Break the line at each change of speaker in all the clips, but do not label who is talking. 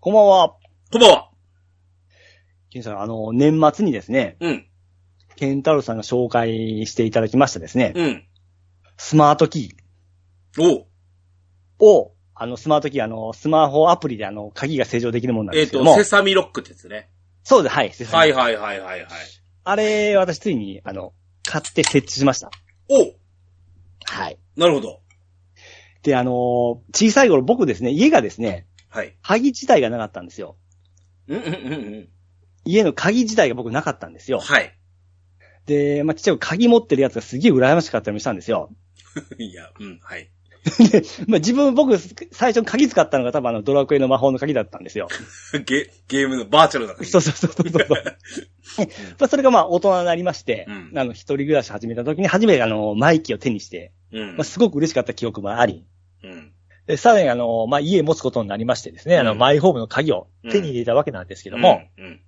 こんばんは。
こんばんは。
ケンさん、あの、年末にですね、
うん。
ケンタロウさんが紹介していただきましたですね、
うん。
スマートキ
おう
ーを、あの、スマートキー、あの、スマホアプリであの、鍵が正常できるもんなん
え
で
っ、
すけど
と、
も。
セサミロックってやつね。
そうです、はい。。
はいいはいはいはいはい。
あれ、私ついに、あの、買って設置しました。
おう
はい。
なるほど。
で、あの、小さい頃僕ですね、家がですね、
はい。
鍵自体がなかったんですよ。
うんうんうんうん。
家の鍵自体が僕なかったんですよ。
はい。
で、まあ、ちっちゃい頃鍵持ってるやつがすげえ羨ましかったりもしたんですよ。
いや、うん、はい。
まあ、自分、僕、最初に鍵使ったのが多分あの、ドラクエの魔法の鍵だったんですよ。
ゲ、ゲームのバーチャルな感じ。
そうそうそうそうそう。まあ、それがまあ、大人になりまして、
うん
あの、一人暮らし始めた時に、初めてあの、マイキーを手にして、
うん
まあ、。すごく嬉しかった記憶もあり、
うん。
でさらにあの、まあ、家持つことになりましてですね、あの、
うん
マイホームの鍵を手に入れたわけなんですけ
け
ども、、
うん。
ま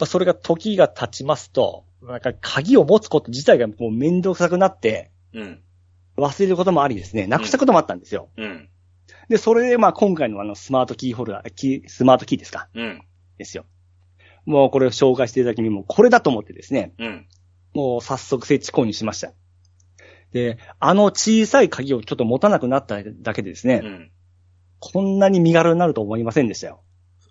あ、それが時が経ちますと、なんか鍵を持つこと自体がもう面倒くさくなって、
うん。
忘れることもありですね、なくしたこともあったんですよ。
うん。
で、それでまあ今回のあのスマートキーホルダー、キースマートキーですか
うん。
ですよ。もうこれを紹介していただきにもうこれだと思ってですね、
うん。
もう早速設置購入しました。で、あの小さい鍵をちょっと持たなくなっただけでですね、
うん。
こんなに身軽になると思いませんでしたよ。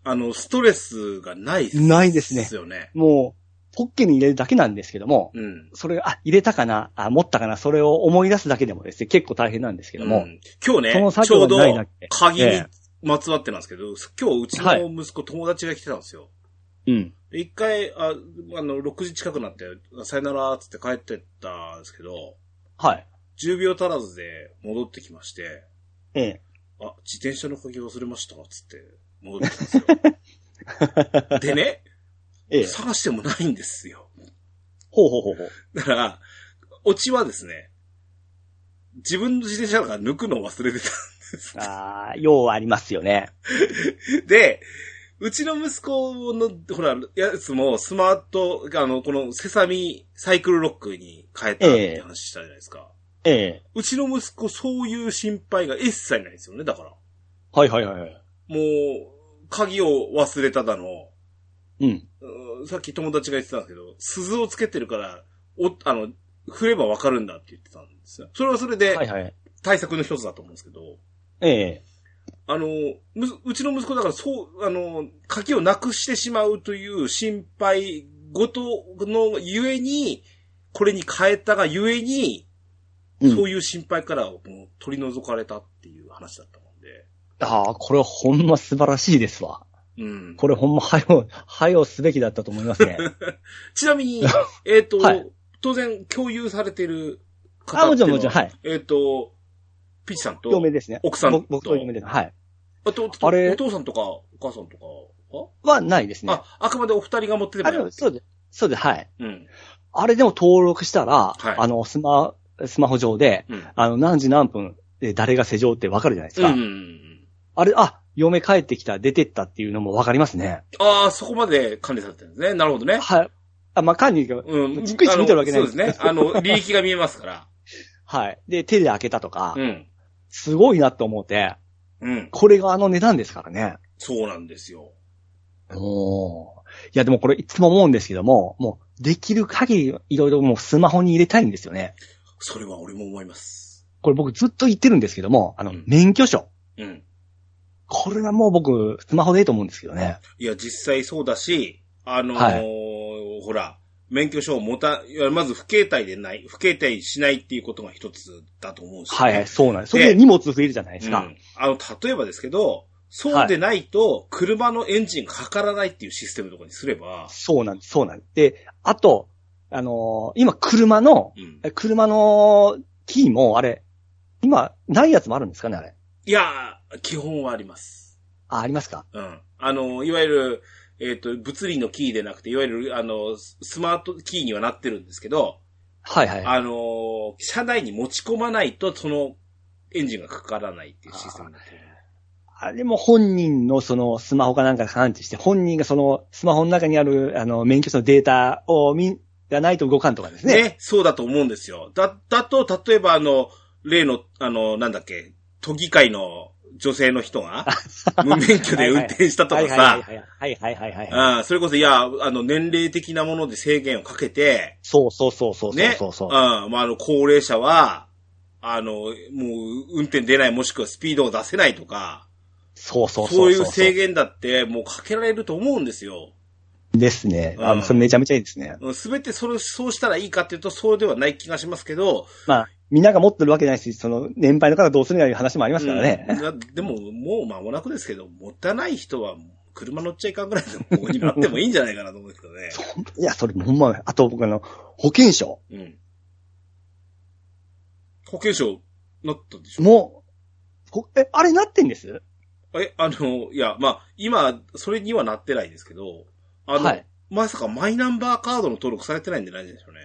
あの、ストレスがないっす
ないですね
ですよね。
もう、ポッケに入れるだけなんですけども、
うん。
それ、あ、入れたかな、あ、持ったかな、それを思い出すだけでもですね、結構大変なんですけども、
うん今日
その
ね、
作
ちょ
業
うど
がないだけ
鍵に
え
まつわってなんですけど、今日うちの息子友達が来てたんですよ。
うん。
で一回、ああの、6時近くなって、さよならっつって帰ってったんですけど、
はい。
10秒足らずで戻ってきまして、
ええ。
あ、自転車の鍵忘れました、つって、戻ってきたんですよ。でね、
ええ。
探してもないんですよ。
ほうほうほ うほう。
だから、オチはですね、自分の自転車が抜くのを忘れてたん です。
ああ、ようありますよね。
で、うちの息子の、ほら、やつもスマート、あの、このセサミサイクルロックに変えたって話したじゃないですか。
ええ。
うちの息子、そういう心配が一切ないんですよね、だから。も
はいはいはいはい。
う、鍵を忘れただの、
うん。
うんさっき友達が言ってたんですけど、鈴をつけてるから、お、あの、振ればわかるんだって言ってたんですよ。それはそれで
はいはい。
対策の一つだと思うんですけど、
ええ。
あの、むうちの息子だからそう、あの、鍵をなくしてしまうという心配ごとのゆえに、これに変えたがゆえに、
うん
そういう心配からもう取り除かれたっていう話だったもんで、
ああ、これはほんま素晴らしいですわ。
うん。
これほんま、はよ、はよすべきだったと思います ね。
ちな みに、えっ、と、
はい
当然共有されてる方
あ、もちろん
って
も
う
ちろ
の
ん、はい。
えっ、と、ピッチさんと、
嫁ですね。
奥さんと
僕僕と嫁です。はい。
あと、
あれ
お父さんとか、お母さんとかは、
はないですね。あ、
あ、あくまでお二人が持ってれば
でも、そうです。そうです、はい。
うん。
あれでも登録したら、
はい
あの、スマ、スマホ上で、
うん。
あの、何時何分で誰が施錠ってわかるじゃないです
うん
か。
うんうん。
あれ、あ、嫁帰ってきた、出てったっていうのもわかりますね。
ああ、そこまで管理されてるんですね。なるほどね。
はい。あ、まあ、管理が、
うん。
逐一見てるわけない
あのそうですね。あの、履歴が見えますから。
はい。で、手で開けたとか、
うん。
すごいなと思って、
うん。
これがあの値段ですからね。
そうなんですよ。
おーいや、でもこれいつも思うんですけども、もう、できる限りいろいろもうスマホに入れたいんですよね。
それは俺も思います。
これ僕ずっと言ってるんですけども、あの
うん、
免許証。
うん。
これはもう僕、スマホでいいと思うんですけどね。
いや、実際そうだし、あのー
は
ほら、免許証を持た、いやまず不携帯でない、不携帯しないっていうことが一つだと思うし、ね。
はい、そうなんです。そ
で
れで荷物増えるじゃないです
う
か。
んあの、例えばですけど、そうでないと、車のエンジンかからないっていうシステムとかにすれば、
そうなんです、そうなんです。で、あと、あのー今車の、
うん。
え車のキーも、あれ、今、ないやつもあるんですかね、あれ。
いやー、基本はあります。
あ、ありますか
うん。あの、いわゆる、えっ、と、物理のキーでなくて、いわゆる、あの、ススマートキーにはなってるんですけど、
はいはい。
あの、車内に持ち込まないと、その、エンジンがかからないっていうシステムになってる。
あれも本人のそのスマホかなんか感知して、本人がそのスマホの中にあるあの免許証のデータを見、がないと動かんとかですね。
ねそうだと思うんですよ。だ、だと、例えばあの、例の、あの、なんだっけ、都議会の女性の人 が、無免許で運転したとか
はい
さ、
はいはいはいはいはいはいはい。
あーそれこそ、いや、あの、年齢的なもので制限をかけて、
そうそうそうそうそう
ね、
そうそう。
うんまあ、あの、高齢者は、あの、もう、運転出ないもしくはスピードを出せないとか、
そうそう
そ
そうう
い
そう
制限だって、もうかけられると思うんですよ。
ですね。あ
うん
の、それめちゃめちゃいいですね。
すべてそれ、そうしたらいいかっていうと、そうではない気がしますけど。
まあ、みんなが持ってるわけじゃないし、その、年配の方がどうするかいう話もありますからね。
うんだでも、もう間もなくですけど、持たない人は、車乗っちゃいかんぐらいの方になってもいいんじゃないかなと思うんですけどね。
いや、 それほんま、あと僕あの、保険証
うん。保険証、なったでしょ
も、ほえ、あれなってんです
え、あの、いや、まあ、今、それにはなってないですけど、あの、
はい
まさかマイナンバーカードの登録されてないんじゃないんでしょうね。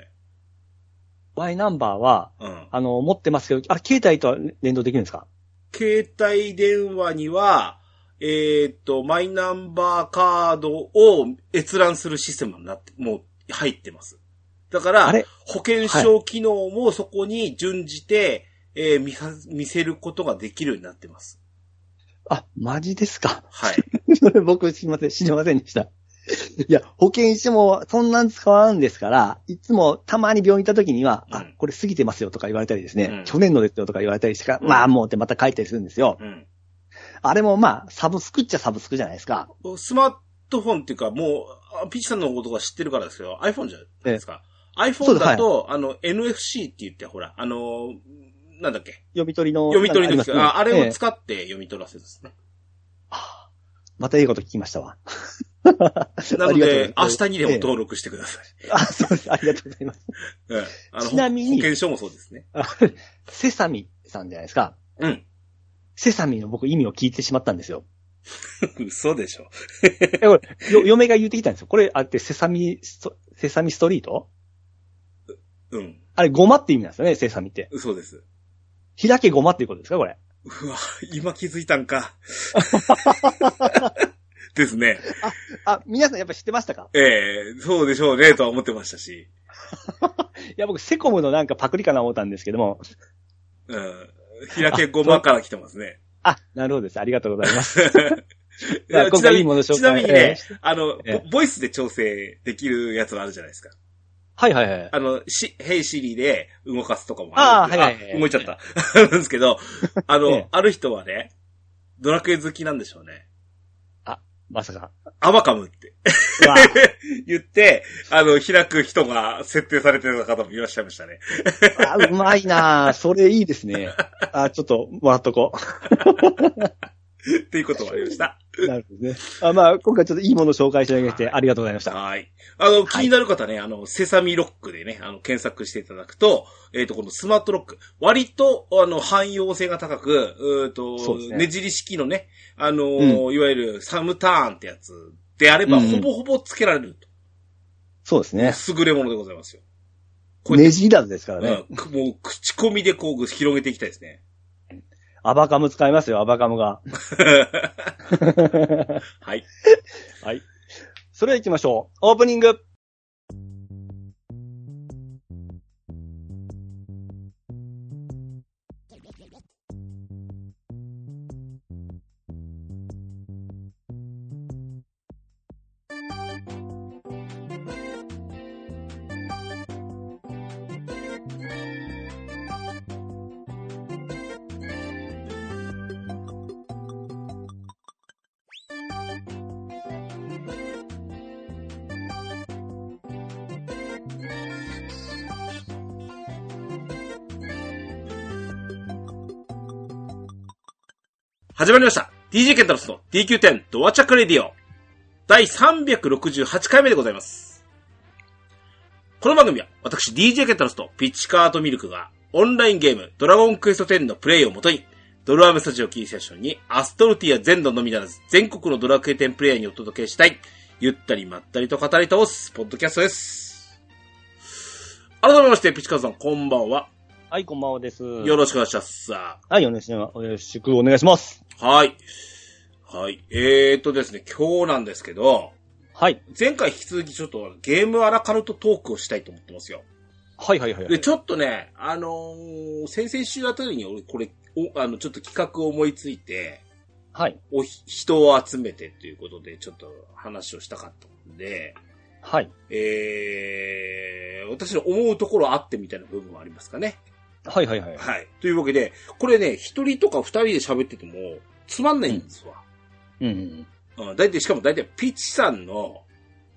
マイナンバーは、
うん。
あの、持ってますけど、あれ、携帯とは連動できるんですか
携帯電話には、えーっと、マイナンバーカードを閲覧するシステムになって、もう入ってます。だか
あ
ら
れ、
保険証機能もそこに準じて、えー見さ、見せることができるようになってます。
あ、マジですか。
はい。
それ僕すいません、知りませんでした。いや、保険しても、そんなん使わんですから、いつもたまに病院行った時には、
う
あ
ん、
これ過ぎてますよとか言われたりですね、
うん
去年のですよとか言われたりしてから、
うん
まあもうってまた書いたりするんですよ。
うん。
あれもまあ、サブスクっちゃサブスクじゃないですか。
スマートフォンっていうか、もう、あピッチさんのことが知ってるからですけど、iPhone じゃないですか。
そう
iPhone
ですは
だ
い
と、あの、NFC って言って、ほら、あの、なんだっけ、
読み取りの。
読み取りの
なん
機
か
械、ああ
りますね
れを
ええ
使って読み取らせるんですね。
あまたいいこと聞きましたわ。
なので、明日にでも
う。
登録してください。
ええあ、そうです。ありがとうございます。
うんあの
ちなみに
保険証もそうですね。
あセサミさんじゃないですか。
うん。
セサミの僕意味を聞いてしまったんですよ。
嘘でしょ。
え、これ、よ嫁が言ってきたんですよ。これ、あってセサミスト、セサミストリート
うん。
あれ、ゴマって意味なんですよね、セサミって。
嘘です。
開けゴマっていうことですか、これ。
うわ、今気づいた んか。ですね。
あ、皆さんやっぱ知ってましたか
ええそうでしょうね、とは思ってましたし。
いや、僕、セコムのなんかパクリかな思ったんですけども。
うん。開けごまから来てますね。
あ、なるほどです。ありがとうござい ます。
いや
今回いいもの紹介
ちなみにね、あの、
ええ
ボボイスで調整できるやつはあるじゃないですか。
はいはいはい。
あの、し、ヘイシリで動かすとかも
あ
あ
あ
るんです
はいはいはい
動いちゃった。 あるんですけど、あの、
ええ
ある人はね、ドラクエ好きなんでしょうね。
まさ か。
アバカムって
うわ
言って、あの、開く人が設定されてる方もいらっしゃいましたね。
あ、うまいなぁそれいいですね。あ、ちょっと、もらっとこ
っていうことがありました。
う。なるほどね。あ、まあ、今回ちょっといいものを紹介してあげて、ありがとうございました。
はい。あの、気になる方ね、あの、セサミロックでね、あの、検索していただくと、えっ、と、このスマートロック、割と、あの、汎用性が高く、うー
そ
と
うです
ね、
ね
じり式のね、あのーいわゆるサムターンってやつであれば、
うんうん
ほぼほぼつけられると。
そうですね。
優れものでございますよ。これ、
ねじいらずですからね。
うん、くもう、口コミでこう、広げていきたいですね。
アバカム使いますよ、アバカム が。
はい。
はい。それでは行きましょう。オープニング
始まりました。DJ ケンタロスの DQ10 ドアチャックレディオ。第368回目でございます。この番組は私 DJ ケンタロスとピッチカートミルクがオンラインゲームドラゴンクエスト10のプレイをもとにドラアメスタジオキーセッションにアストルティア全土のみならず全国のドラクエ10プレイヤーにお届けしたいゆったりまったりと語り倒すポッドキャストです。改めましてピッチカートさんこんばんは。
はい、こんばんはです。
よろしくお願いします。
はい、お願いします。よろしくお願いします。
はい。はい。えーとですね、今日なんですけど、
はい。
前回引き続きちょっとゲームアラカルトトークをしたいと思ってますよ。
はいはいはいはい。
で、ちょっとね、あのー先々週あたりに俺これお、あの、ちょっと企画を思いついて、
はい。
おひ、人を集めてということで、ちょっと話をしたかったんで、
はい。
えー、私の思うところあってみたいな部分はありますかね。
はいはいはい。
はい。というわけで、これね、一人とか二人で喋ってても、つまんないんですわ。
うんうん
うん、大体、しかも大体、ピッチさんの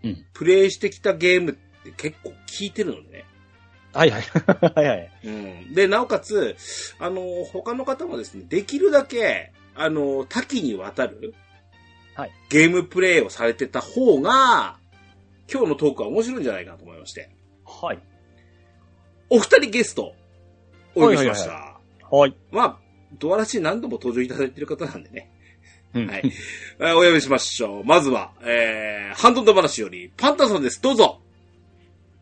うん、
プレイしてきたゲームって結構聞いてるのね。
うん。はいはい。 はいはい。
うん。で、なおかつ、あの、他の方もですね、できるだけ、あの、多岐にわたる、
はい。
ゲームプレイをされてた方が、今日のトークは面白いんじゃないかなと思いまして。
はい。
お二人ゲスト、お呼びしました。
ははい。
まあ、ドアラシ何度も登場いただいてる方なんでね。
うん
はい。えーお呼びしましょう。まずは、えー、ハンドンド話より、パンタさんです。どうぞ。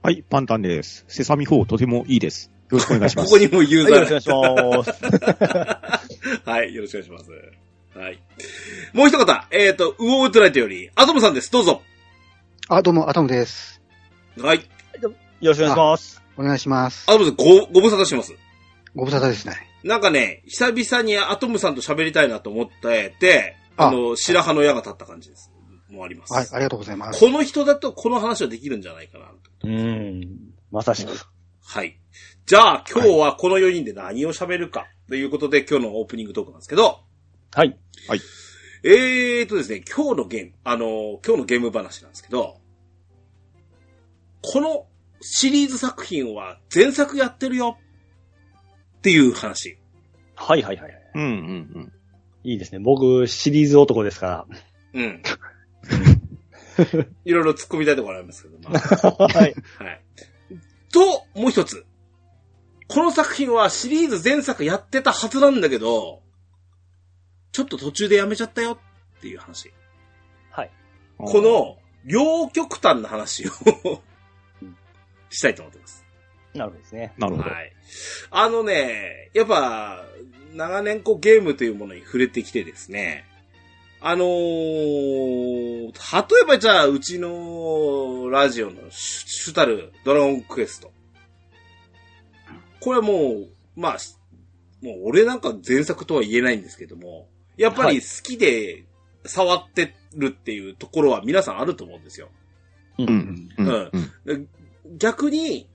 はい、パンタンです。セサミ4とてもいいです。よろしくお願いしま
こ
す。
こにもユー
はい
ザ
よ
ー
ろし
が
くお願いします。
はい、よろしくお願いします。はい。もう一方、えっ、と、ウオウトライトより、アトムさんです。どうぞ。
あ、どうも、アトムです。
はい。
よろしくお願いします。
お願いします
ア。トムさん、ご、ご無沙汰してます。
ご無沙汰ですね。
なんかね、久々にアトムさんと喋りたいなと思ってて、
あ
あの、白羽の矢が立った感じです。もうあります。
はい、ありがとうございます。
この人だとこの話はできるんじゃないかなと。
うん。まさしく。
はい。じゃあ、今日はこの4人で何を喋るかということで、今日のオープニングトークなんですけど、
はい。
えーとですね、今日のゲーム、あのー今日のゲーム話なんですけど、このシリーズ作品は前作やってるよっていう話。
はいはいはい。
うんうん
いいですね。僕、シリーズ男ですか
うん。いろいろ突っ込みたいところありますけど、ま
ら。
あ、
はい。
はい。と、もう一つ。この作品はシリーズ前作やってたはずなんだけど、ちょっと途中でやめちゃったよっていう話。
はい。
うん。
こ、の両極端な話をしたいと思ってます。
なるほどですね。
なるほど。
はい。あのね、やっぱ、長年こうゲームというものに触れてきてですね、あのー、例えばじゃあ、うちのラジオの主主たるドラゴンクエスト。これはもう、まあ、もう俺なんか前作とは言えないんですけども、やっぱり好きで触ってるっていうところは皆さんあると思うんですよ。
う
う。んうんうんうん。
逆に、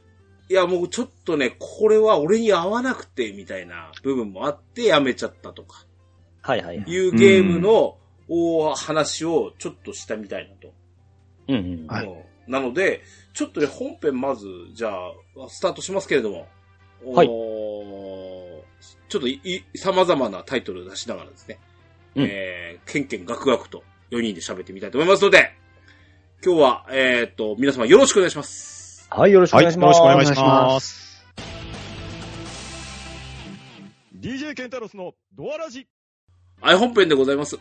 いやもうちょっとね、これは俺に合わなくて、みたいな部分もあってやめちゃったとか、
はいはい。うん
いうゲームの、お話をちょっとしたみたいなと。
うん。
はい
うんなので、ちょっとね、本編まず、じゃあ、スタートしますけれども、お
はい
ちょっとい、い様々なタイトルを出しながらですね、
うん
えー、けんけんがくがくと4人で喋ってみたいと思いますので、今日は、えっ、と、皆様よろしくお願いします。
はい、よろしくお
はい、
願い
よ
し
ろ
ま
し
す。
くお願い
い
し
し
ま。
ます
DJ ケンタロスのドアラジ。
はい、本編でございます。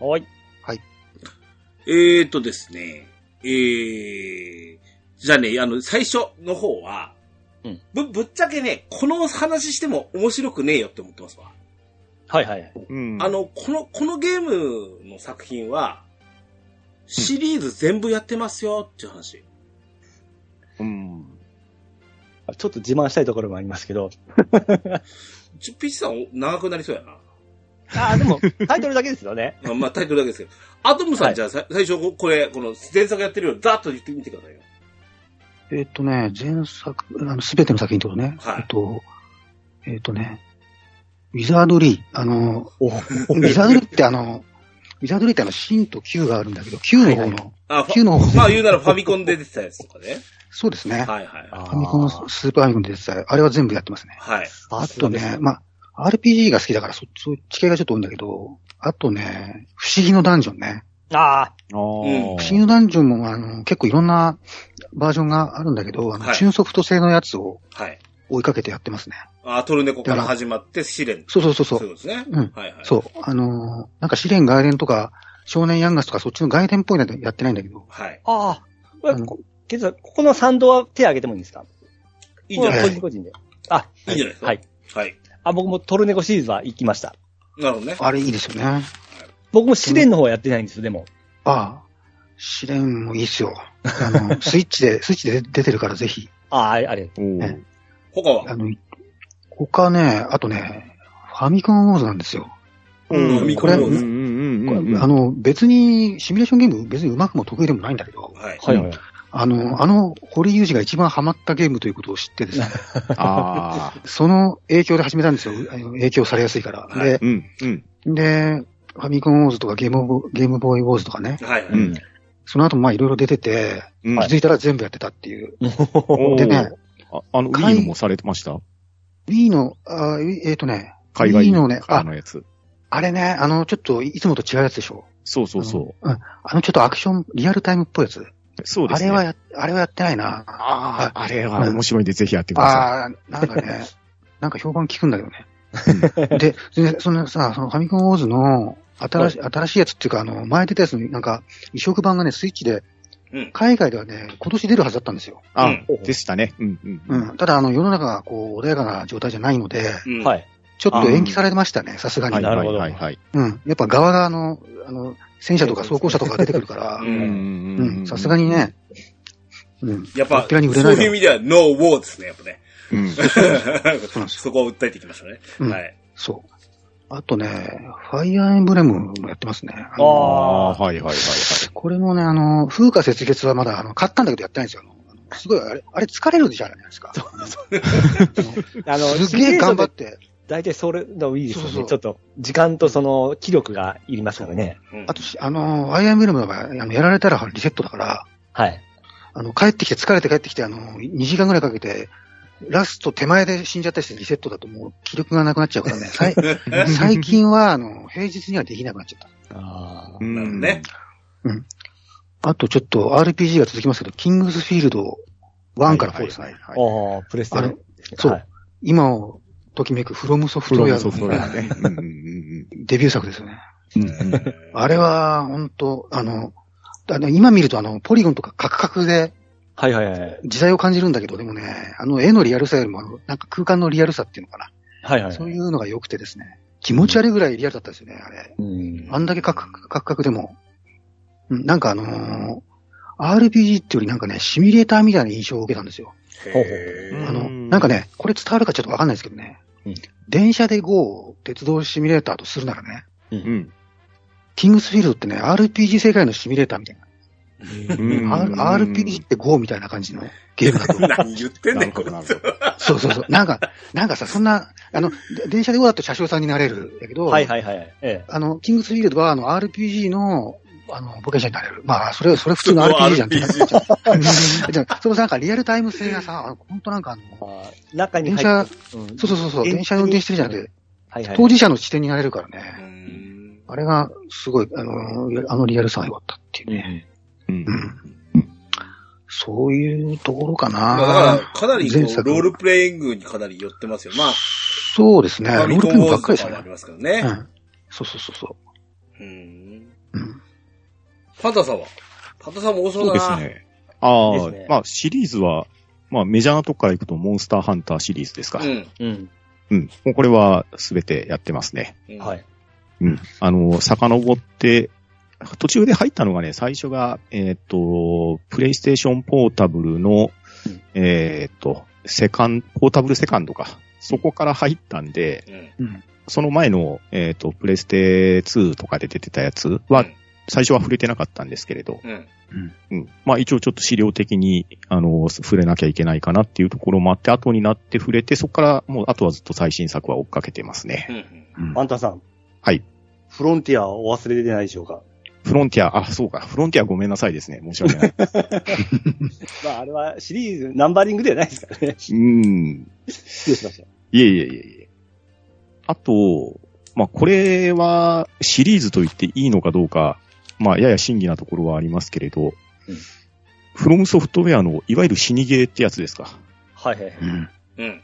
はい。
えーとですね、えー、じゃあね、あの、最初の方は、
うん
ぶ、ぶっちゃけね、この話しても面白くねえよって思ってますわ。
はいはい。
うん。
あ、の、この、このゲームの作品は、シリーズ全部やってますよっていう話。
うん。
ちょっと自慢したいところもありますけど。
ちょ、ピッチさん長くなりそうやな。
ああ、でも、タイトルだけですよね。
まあまあタイトルだけですけど。アトムさん、
はい
じゃあさ最初ここれ、この前作やってるよ、ざっと言ってみてくださいよ。
えっとね、前作、あの、すべての作品ってことね。
はい
えっと、えっとね、ウィザードリー、あの、
お
ウィザードリーってあの、ウィザードリーってあの、シンと Q があるんだけど、Q の方の、
あ、フ ァ
Q の方
まあ
の、
言うならファミコンで出てたやつとかね。
そうですね。フ
はいはいはい。
あ
ァミコンのスーパーファミコンで出てた、あれは全部やってますね。
はい。
あ
あとね、まあ、RPG が好きだから、そそっち系がちょっと多いんだけど、あとね、不思議のダンジョンね。
ああ、
あ
うん
不思議のダンジョンもあの結構いろんなバージョンがあるんだけど、あの、
はい
チューンソフト製のやつを
はい。
追いかけてやってますね。
あ、トルネコから始まって試練。
そうそうそうそ。
そううですね。
う
は
ん
いはい。
そう。あのーなんか試練外伝とか、少年ヤンガスとかそっちの外伝っぽいのやってないんだけど。
はい。
あ
あ
あ。
の
けど、ここの賛同は手挙げてもいいんですか
いいんじゃない
個
で
は
す
人個人で。あ、
か。いいんじゃないですか。
はい。
はい。
あ、僕もトルネコシリーズは行きました。
なるほどね。
あれいいですよね。あ
僕も試練の方はやってないんですよ、でも。
あ。試練もいいっすよ。あ の、スイッチで、スイッチで出てるからぜひ。
ああ、あれ。
おー
ね
他は
あの、他ね、あとね、ファミコンウォーズなんですよ。
うん
これ
うんうんうんうん。
これあの、別に、シミュレーションゲーム別にうまくも得意でもないんだけど、
はい。
はいはい。
あの、あの、堀裕二が一番ハマったゲームということを知って ですね、
ああ。
その影響で始めたんですよ。あの影響されやすいから。
はい
で、
うん、うん、
で、ファミコンウォーズとかゲームボーゲームボーイウォーズとかね、
はい。
う
はい
ん。
その後もまあいろいろ出てて、
うん
気づいたら全部やってたっていう。
おー
でね、
ああの、ウィ
海
ーのもされてました
Wii の、あーえっ、とね、
海外
Wii のね
からのやつ。
あれね、あの、ちょっといつもと違うやつでしょ。
そうそうそう。
あのちょっとアクション、リアルタイムっぽいやつ。
そうで
あ
すね。
れはや、あれはやってないな。
ああ、あれは
うん
面白いんで、ぜひやってくださ
ああ、なんかね、なんか評判聞くんだけどね。で、でそのさ、そのファミコンウォーズの新しい、新しいやつっていうか、あの、前出たやつのなんか、移植版がね、スイッチで
うん、
海外ではね、今年出るはずだったんですよ。
あ
い。あ、でしたね。うん、うん。
うん。ただ、あの、世の中がこう、穏やかな状態じゃないので、
うん
はい。
ちょっと延期されてましたね、さすが
はい、
に。
なる
は
ほ
い、
ど
はい、はい。
うん。やっぱ側が、あの、あの、戦車とか装甲車とか出てくるから
う、
うん
ん。
う
うん
うん
ん。さすがにね、うん。
やっぱ、
明
そう
らかに売れないだろう
いう意味では、ノーウォーですね、やっぱね。
うん。
そうなんです よ
そこを訴えてきましたね。
うん
はい。
そう。あとね、ファイアーエンブレムもやってますね。あ
あ
あ
の
あ、はい、はい、はい、はい。
これもね、あの、風化雪月はまだ、あの、買ったんだけどやってないんですよ。あのすごい、あれ、あれ疲れるんじゃないですか。
あの、
すげえ頑張っ
シリーズで
て。
大体それのいいですよね。
そうそう
ちょっと、時間とその、気力がいりますからね。
うん
あと、あの、アイアンブレムの場合、あの、やられたらリセットだから、
はい。
あの、帰ってきて、疲れて帰ってきて、あの、2時間ぐらいかけて、ラスト手前で死んじゃったりしてリセットだともう気力がなくなっちゃうからね。 さい最近は、あの、平日にはできなくなっちゃった。
あ
う
ー
なるほど
ん。
ね。
あとちょっと RPG が続きますけど、キングスフィールド1から4ですね。
はいはいはいはい
おープレステ
あ
の
れそう
はい
今をときめくフロムソフ
プ
トウ
ロ
ェ
の
ア
ソフトウ
の
ェアね。うんうん
デビュー作ですよね。
うんうん。
あれは、本当あの、あの今見るとあの、ポリゴンとかカクカクで
はいはいはい。
時代を感じるんだけど、でもね、あの絵のリアルさよりも、あのなんか空間のリアルさっていうのかな。
はいはい。
そういうのが良くてですね、気持ち悪いぐらいリアルだったですよね、あれ。
うん。
あんだけカクカクカクカクでも。うんなんかあのー RPG ってよりなんかね、シミュレーターみたいな印象を受けたんですよ。
ほう
へ
ほう
あ
ー
の、
うん
なんかね、これ伝わるかちょっとわかんないですけどね。
うん
電車で GO を鉄道シミュレーターとするならね、
うん。
キングスフィールドってね、RPG 世界のシミュレーターみたいな。
うん。
R- RPG って GO みたいな感じのゲームだと思う。
何言ってん
な
ね
る
ん、
ほ
こ
ど、
れ。
なるほど。
そうそうそう。なんか、なんかさ、そんな、あの、で電車で GO だと車掌さんになれるんだけど、
はいはいはい。ええ。
あの、キングスフィールドはあの RPG の、あの、ボケ者になれる。まあ、それ、それ普
普通
通の
の
RPG じゃん。
RPG。
じゃあそのなんかリアルタイム性がさ、本当なんかあの、
あー中に
電
入
車、
って、うん
そうそうそうそう、
現実に
電車運転してるじゃなくて、
はいはい。
当事者の視点になれるからね。
うん
あれが、すごい、あの、あのリアルさが良かったっていうね。
うん
う。
うん
ん。そういうところか
まあだ
な。
から、かなりこ
前
う
作
ロールプレイングにかなり寄ってますよ。まあ、
そうですね。
ファ
ロー
ミ
ルプ
コ
レ
ン
イン
ウ
グ
ォー
ばっ
ズ
かり
と
で
か
す
もあ
よ
り
ね。
ますから
う
ね。
ん。そうそうそうそ
うん。
う。うん。
パンタさんはパンタさんも多そう
そ
だ
うで
な。
すね。あ
で
あ
すね、
まあシリーズは、まあメジャーなとこから行くとモンスターハンターシリーズですか。
うん。
うん。もうこれはすべてやってますね。
うん。うん。。
はいい。
うん。あの、遡って、途中で入ったのがね、最初が、えーっ、と、プレイステーションポータブルの、
うん
えーっ、と、セカン、ポータブルセカンドか。そこから入ったんで、
うん。
うん。
その前の、えーっ、と、プレステ2とかで出てたやつは、
うん
最初は触れてなかったんですけれど、
うん。
うん。まあ一応ちょっと資料的に、あの、触れなきゃいけないかなっていうところもあって、後になって触れて、そこからもう、あとはずっと最新作は追っかけてますね。
うん。
パンタンさん。
はい。
フロンティアをお忘れでないでしょうか。
フロンティア、あ、そうか、フロンティアごめんなさいですね。申し訳ない。
まあ、あれはシリーズ、ナンバリングではないですからね。
うん。
失礼しました。
いえいえいえいえ。あと、まあ、これはシリーズと言っていいのかどうか、まあ、やや真偽なところはありますけれ
う
ど、
ん
フロムソフトウェアのいわゆる死にゲーってやつですか。
はいはいはい。
うん。
うん。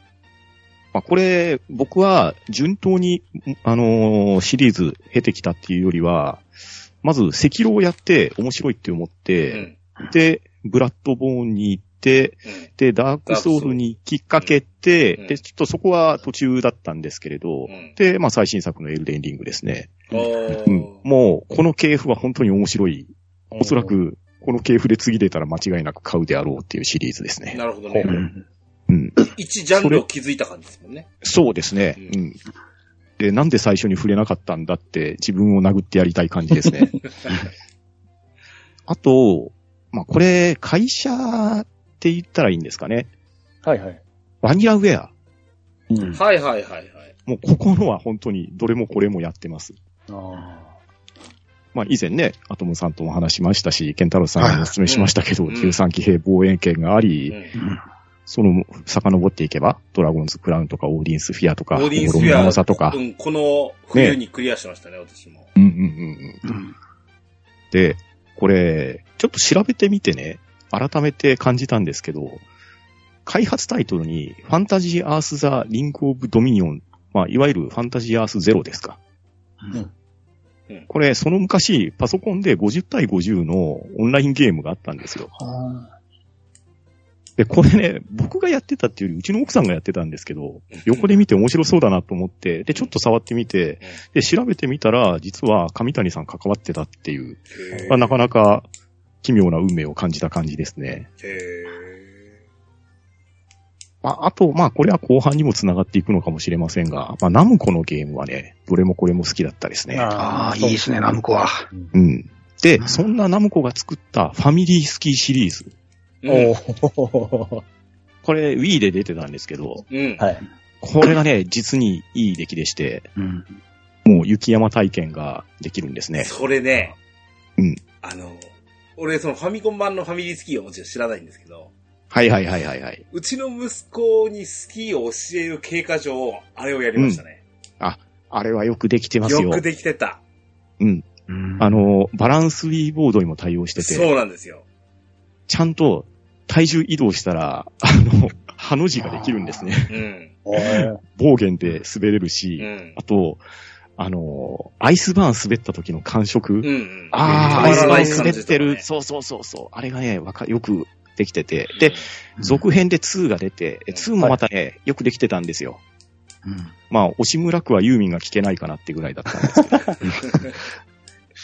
まあ、これ、僕は順当に、あのーシリーズ経てきたっていうよりは、まず、赤狼をやって面白いって思っ
う
て、
ん。
で、ブラッドボーンに行って、で、ダークソウルにきっかけて、
うん
で、ちょっとそこは途中だったんですけれど、
うん。
で、まあ最新作のエルデンリングですね。
おー
うん。もう、この系譜は本当に面白い。おそら
うん。
く、この系譜で次出たら間違いなく買うであろうっていうシリーズですね
な。るほどね
う。
ん
うん。
一ジャンルを築いた感じですもんね。
そうですね。
う
うんん。って、なんで最初に触れなかったんだって、自分を殴ってやりたい感じで すね。あと、まあ、これ、会社って言ったらいいんですかね。
はいはい。
バニラウェア。
うん。
はいはいはいはい。
もうここのは本当にどれもこれもやってます。
あ
まあ以前ね、アトムさんとも話しましたし、ケンタロウさんにもお勧めしましたけど、
はいうん
13騎兵防衛権があり、
うん
その、遡っていけば、ドラゴンズ・クラウンとか、オーディンス・フィアとか、
オーディン
オ
ス
ロ
や、
モノザとか
う、ん、この冬にクリアしましたね、私も。
うんうんうんうん。
うん。
で、これ、ちょっと調べてみてね、改めて感じたんですけど、開発タイトルに、ファンタジー・アース・ザ・リンク・オブ・ドミニオン、まあ、いわゆるファンタジー・アース・ゼロですか。
うん
うん
これ、その昔、パソコンで50対50のオンラインゲームがあったんですよ。
あ。
で、これね、僕がやってたっていうより、うちの奥さんがやってたんですけど、横で見て面白そうだなと思って、で、ちょっと触ってみて、で、調べてみたら、実は上谷さん関わってたっていう、
へ
まあなかなか奇妙な運命を感じた感じですね。
ーへ
まあ、あと、まあ、これは後半にも繋がっていくのかもしれませんが、まあ、ナムコのゲームはね、どれもこれも好きだったですね。
ああ、いいですね、ナムコは。
うん。で
う、ん
そんなナムコが作ったファミリースキーシリーズ。
ーうん
おお。
これ、Wii で出てたんですけど、
うん。
はい。
これがね、実にいい出来でして、
うん。
もう雪山体験ができるんですね。
それね、
うん。
あの、俺、そのファミコン版のファミリースキーはもちろん知らないんですけど、
はいはいはいはいはい。
うちの息子にスキーを教える経過上、あれをやりましたね。
あれはよくできてますよ。
よくできてた。
うん。
うん
あ、の、バランスウィーボードにも対応してて、
そうなんですよ。
ちゃんと体重移動したら、あの、ハの字ができるんですね。
うん。
おー
暴言で滑れる
う
し、
ん
あ。と、あの、アイスバーン滑った時の感触。
うんうん。
ああ、
う
ア
ん
イ
変
スバーン
わらな
滑
い感
っ
じとか
てる。
ね
そうそうそうそう。あれがね、わか、よくできてて。で、
うん
続編で2が出て、
うん
2もまたね、よくできてたんですよ。
うん
まあ、押しむらくはユーミンが聞けないかなってぐらいだったんですけど。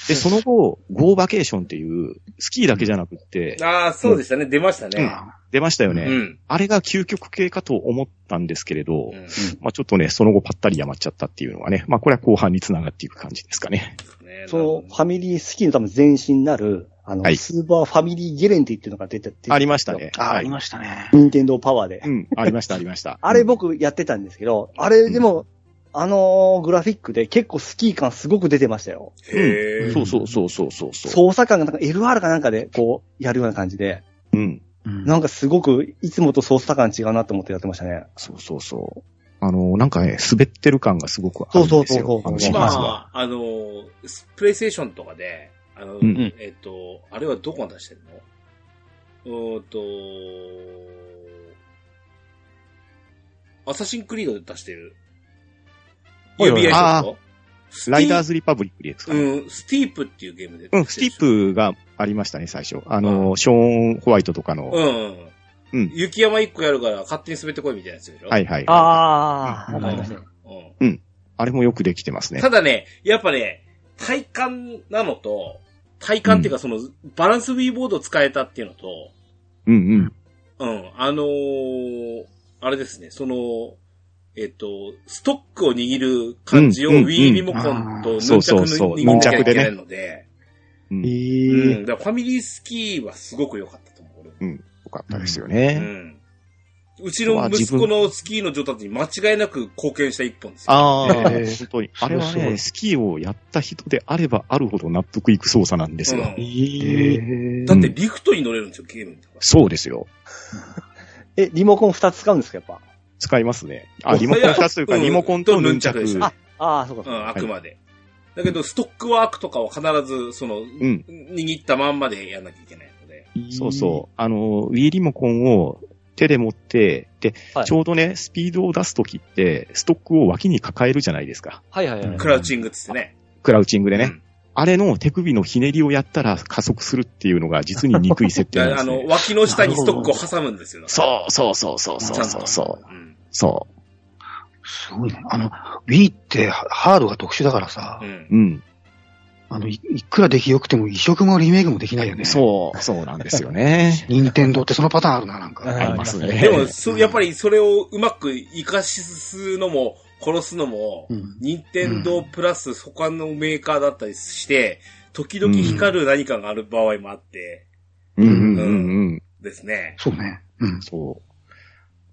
で、その後、ゴーバケーションっていう、スキーだけじゃなくって、
ああ、そうでしたね。出ましたね。
出ましたよね。
うん。
あれが究極系かと思ったんですけれ
う
ど、
ん。
まあちょっとね、その後パッタリやまっちゃったっていうのがね、まあこれは後半につながっていく感じですかね。
ね
そのファミリースキーの多分前身になる、あの、
はい
スーパーファミリーゲレンディっていうのが出てて、
ありましたね。
あー、あ
は
り
い。
ましたね。
ニンテンドーパワーで。
うん、ありました、ありました。
あれ僕やってたんですけど、あれでも、あのーグラフィックで結構スキー感すごく出てましたよ。
へ
うん
え。
そうそうそうそうそうそう。
操作感がなんか LR かなんかでこうやるような感じで、
うん。
うん
なんかすごくいつもと操作感違うなと思ってやってましたね。
そうそうそう。あの、なんかね、滑ってる感がすごくあるんです
そ
よ。
うそうそうそう
あのシリーズは。
今、あの、プレイステーションとかで、あの、
うん
えっと、あれはどこが出してるのうーんと、アサシンクリードで出してる。
はいはい
UBI
あー
のスティ
ライダーズ・リパブリックですかね。
うん、スティープっていうゲームで。
うん、スティッ。プがありましたね、最初。あの、ショーン・ホワイトとかの。
う
は
ん。
うん
雪山一個やるから勝手に滑ってこいみたいなやつでしょ
い。はい。
あ
ー
わかりました。
うん。
あれもよくできてますね
た。だね、やっぱね、体感なのと、体感っていうかその、バランスウィーボードを使えたっていうのと、
うんうん。
うん、あのーあれですね、その、えっと、ストックを握る感じを
うんうん
Wii リモコンと
あ
ヌ
ー
ンチャク
そうそうそう
握んなきゃいけないので、
うん。よ
え
うん、だからファミリースキーはすごく良かったと思う、俺は
かったですよ
う
ね。
ん。うちの息子のスキーの上達に間違いなく貢献した一本ですよ。
ああ、
えー
本当に。あれは
そうそう
ね、スキーをやった人であればあるほど納得いく操作なんですよ。
うん
ー
だってリフトに乗れるんですよ、ゲームとか。
そうですよ。
え、リモコン2つ使うんですか、やっぱ。
使いますね。あ、リモコン2つというか、
うん
リモコンとヌンチャ
とヌンチャクで
ク
す。よ
あああ、そうかそう
う
か。
ん、あくまで。だけど、ストックワークとかは必ず、その、
ん
握ったまんまでやんなきゃいけないので。
そうそう。あの、ウィーリモコンを手で持って、で、
はい
ちょうどね、スピードを出すときって、ストックを脇に抱えるじゃないですか。
はいはいはい。
クラウチングっつってね。
クラウチングでね。
うん
あれの手首のひねりをやったら加速するっていうのが実に憎い設定
だ
な
か
んで
らあ
す、ね。
の、脇の下にストックを挟むんですよ。
そうそうそうそう
ち
そ
ゃんと
うそうそう。
うん。
そ
すごいね。あの、Wii ってハハードが特殊だからさ
う、ん
う。うん。
あの、いいくら出来良くても移植もリメイクもできないよね。う。。
そう、そうなんですよ ね
任天堂ってそのパターンあるな、なんか。
うん
ありますね。
でも、そやっぱりそれをうまく活かすのも、殺すのも、
うん。
任天堂プラス他のメーカーだったりして、時々光る何かがある場合もあって、
うんうんうんうん。
ですね。
そうね。うん。
そう。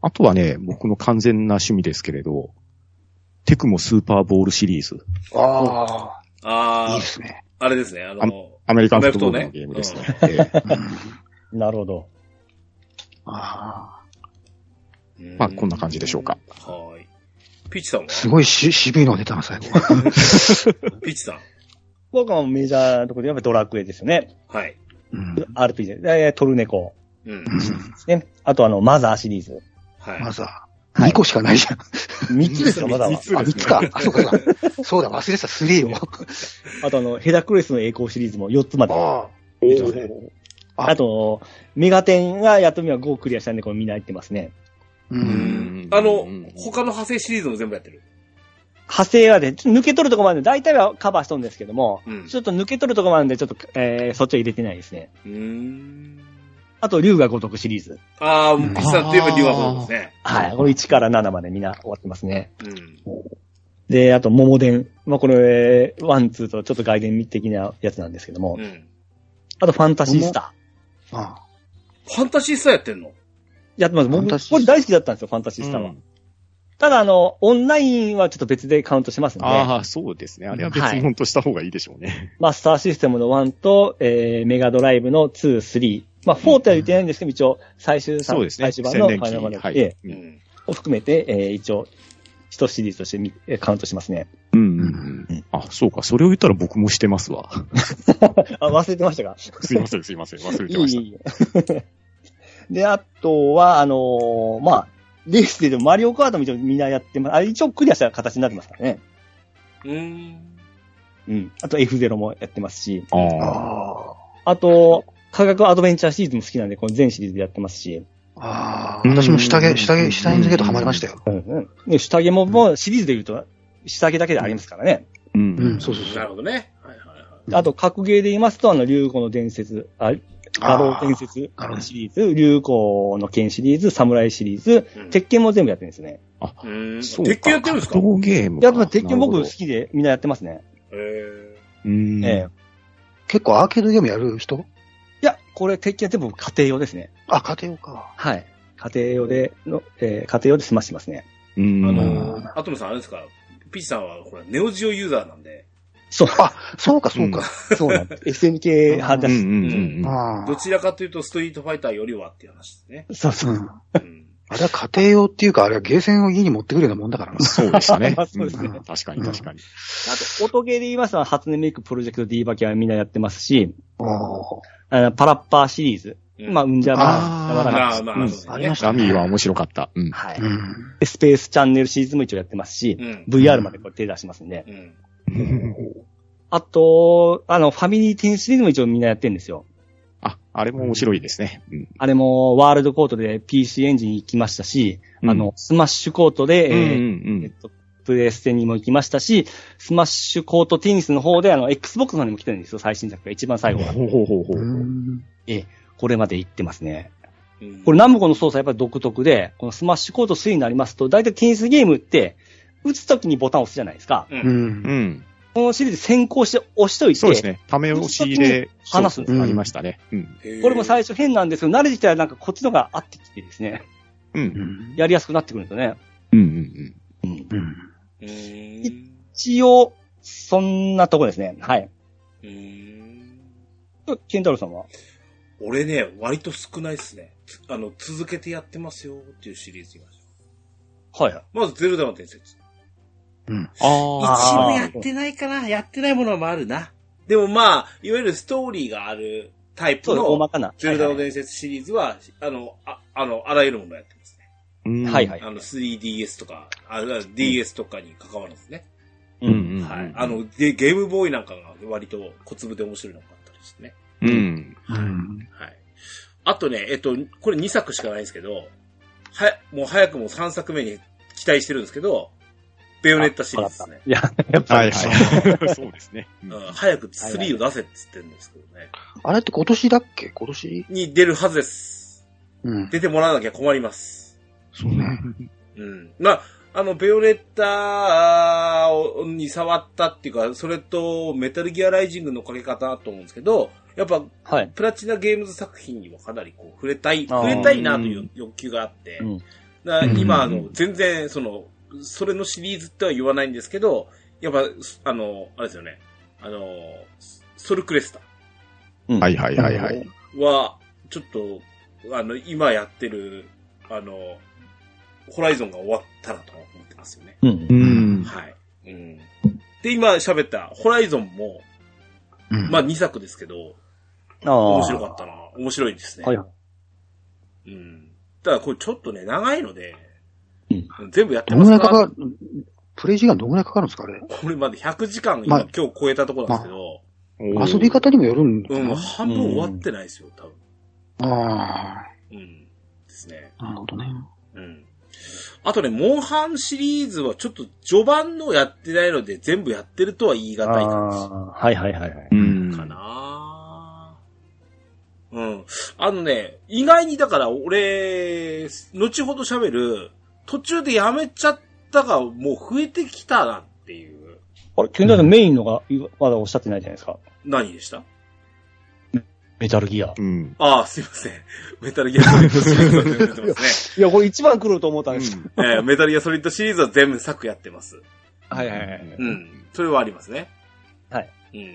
あとはね、僕の完全な趣味ですけれど、テクモスーパーボールシリーズ。
ああ、いい
あ
ですね。
あ、あれですね、あの、
アメリカンフットボールのゲームですね。ええ
うん。
なるほど。
ああ、
まあ、こんな感じでしょうか。
じ。はい。ピッチさんは
すごいし渋いのが出たな、最後。
ピッチさん。
僕はもうメジャーなところでやっぱドラクエですよね。
はい。
うん。
RPG で。えートルネコ
うん
う。ん
ですね。あとあの、マザーシリーズ。
はい。
まずは、
はい
2個しかないじゃん。
3つ ですよ、マザーは。
あ、3つか。あ、そうか、そうか。そうだ、忘れてた、3よ。
あとあの、ヘラクレスの栄光シリーズも4つまで。
ああ
あと、メガテンがやっとみは5をクリアしたんで、これみんな入ってますね。
う。
うんん
あの、他の派生シリーズも全部やってる。
派生はね、ちょっと抜け取るとこまで、大体はカバーしとんですけども、
うん
ちょっと抜け取るとこまで、ちょっと、えー、そっちは入れてないですね。
うーん。
あと、竜が如くシリーズ。
ああ、もうピッチさんといえば竜はそうですね。
はい。これ1から7までみんな終わってますね。
うん。
で、あと、桃伝。まあ、これ、ワン、ツーとちょっと外伝的なやつなんですけども、
うん。
あと、ファンタシースター。
あ
ファンタシースターやってんの
やってます。僕、
ファンタシースタ
こ
ー
れ大好きだったんですよ、ファンタシースターは。ただ、あの、オンラインはちょっと別でカウントしてますんで、
ああ、そうですね。あれは別に本当した方がいいでしょうね。
マスターシステムの1と、えー、メガドライブの2、3。まあ、4っては言ってないんですけど、一応、最終さん、
そうですね。
最終版のファ
宣
イナルファ
伝期。は
ンタジー
い。
う
うん
ん。
を含めて、えー、一応、一シリーズとしてみえーカウントしますね。
うんうんうん。あ、そうか。それを言ったら僕もしてま すわ。
あ、忘れてましたか
すいません、すいません。忘れ
い
てま
い、
した。
いい。で、あとは、あのーまあ、レースで言うとマリオカートも一応みんなやってます。あれ一応クリアした形になってますからね。
うーん。
うん。あと F0 もやってますし、
あ。
ああ。
あ
あと、科学アドベンチャーシリーズも好きなんで、この全シリーズでやってますし、
あ。ああ。
うん
私も下着、下着、下着のゲートハマりましたよ。
うんうん。で、下着も、もうシリーズで言うと、下着だけでありますからね。
う
うんん、。そうそうそ
なる
う。
ほどね。はいはいは
あと、格ゲーで言いますと、あの、竜子の伝説、あ、画廊伝説
あーなるほど
シリーズ、竜子の剣シリーズ、侍シリーズ、
い。うん
鉄拳も全部やってるんですね。
うーん。
そう
鉄拳やってるんですか
格闘ゲームか。
やっぱ鉄拳僕
な
好
るほ
きでみんなやってますね。
へえ。
どうん。
ええ
結構アーケードゲームやる人
いや、これ鉄拳は全部家庭用ですね。
あ、家庭用か。
はい。家庭用での、えー家庭用で済ましてますね。
うん。
あ
う
の
ん、
アトムさんあれですかピッチさんは、ほら、ネオジオユーザーなんで、
そう、
あ、そうか、そうか。
そうなん です。SNK 派
う
だ
んう
し。
んうんうん。
ああ。
どちらかというと、ストリートファイターよりはっていう話ですね。
そうそうう。
ん。
うん。
あれは家庭用っていうか、あれはゲーセンを家に持ってくるようなもんだからな。
そうでしたね
まあ。 そうですね
ん確かに確かに。
あと、音ゲーで言いますと、初音ミクプロジェクト D バキはみんなやってますし、
あ
あのパラッパーシリーズ。
うん
まあ、うんじゃ
あー
ま
まあ
あ、
まあ、
うん
そう
あ
で
りますし
ね。
た
ラミーは面白かった。うん。
は
あ。
い。
うん。
でスペースチャンネルシリーズも一応やってますし、
うん。
VR までこれ手出してますんで。
うん。
あと、あの、ファミリーテンシリーズも一応みんなやってるんですよ。
あ、あれも面白いですね。うん
あれも、ワールドコートで PC エンジン行きましたし、あの、、スマッシュコートで、
うんう
えー
ん
えっと、プレステにも行きましたし、スマッシュコートテニスの方で、あの、Xbox の方にも来てるんですよ、最新作が。一番最
うん。
後が。
ほうほうほうほ
う
う。
ん
これまで行ってますね。
うん
これ、ナムコの操作やっぱり独特で、このスマッシュコート3になりますと、大体テニスゲームって、打つときにボタンを押すじゃないですか。
う。
うんん。
うん。
このシリーズ先行して押しといて、
そうですね。ため押しで、
話すんです
よ
ありましたね。うん。
へー
これも最初変なんですけど、慣れてきたらなんかこっちのが合ってきてですね、
う。
うんん。
やりやすくなってくるんですよね。
うんうん
うん
うん。
うーん。
一応、そんなとこですね。はい。
うーん。
ケンタロウさんは
俺ね、割と少ないっすね。つあの、続けてやってますよっていうシリーズいました。
はいはい。
まず、ゼルダの伝説。
うん。
うん。あ
一
あ
応
ー
やってないかなやってないものもあるな。でもまあ、いわゆるストーリーがあるタイ
そ
プ
うです、大
の
ま、かな。
ゼルダの
はい
伝説シリーズは、あの、ああの、あらゆるものやってますね。
あ。
はいはい
あの、3DS とか、あ DS とかに関わらずね。
う
うんん
うん
うん。
はい。あ、の、で、ゲームボーイなんかが割と小粒で面白いのがあったりしてね。
うん。
うん。
はい。あとね、えっと、これ2作しかないんですけど、は、もう早くも3作目に期待してるんですけど、ベヨネッタシリーズですね。
いや、やっぱ
は
り、
い はい。そうですね。う
うんん、早く3を出せって言ってるんですけどね。
あれって今年だっけ今年
に出るはずです。
うん。
出てもらわなきゃ困ります。
そうね。
うん。まあ、あの、ベオレッタに触ったっていうか、それとメタルギアライジングのかけ方だと思うんですけど、やっぱ、
はい。
プラチナゲームズ作品にもかなりこう、触れたい、
あー
触れたいなという欲求があって、
うん
だから
うん
今、あの、全然、その、それのシリーズっては言わないんですけど、やっぱ、すあの、あれですよね、あの、ソルクレスタ
うん
はいはいはいはい。
は、ちょっと、あの、今やってる、あの、ホライゾンが終わったらとは思ってますよね。
うん
う
うん
ん。
はい。うん。で、今喋った、ホライゾンも、
うん
まあ2作ですけど、
ああ。
面白かったな。面白いですね。
はいはい。
うん。ただこれちょっとね、長いので、
うん
全部やって
ど
ま
のぐら
す
いかか
か
る、プレイ時間どのぐらいかかるんですか、あれ。
これまで100時間今、
まあ
今日超えたところなんですけど、
遊び方にもよるんだ
うん、
な。
半分終わってないですよ、多分。
あ
うん。ですね。
あ、なるほどね。
うん。あとね、モンハンシリーズはちょっと序盤のやってないので全部やってるとは言い難い感じ。
ああー、はいはいはいはい。
うん。
かなうん。あのね、意外にだから俺、後ほど喋る、途中でやめちゃったが、もう増えてきたなっていう。
あれ、ケンダさんメインのが、まだおっしゃってないじゃないですか。
何でした
メタルギア。
うん。
ああ、すいません。 メタルギアソリッドシリーズは全部やってます
いや、これ一番来ると思ったんですけど。
ね。えーメタルギアソリッドシリーズは全部作やってます。
はいはいはい。
うん。それはありますね。
はい。
うん。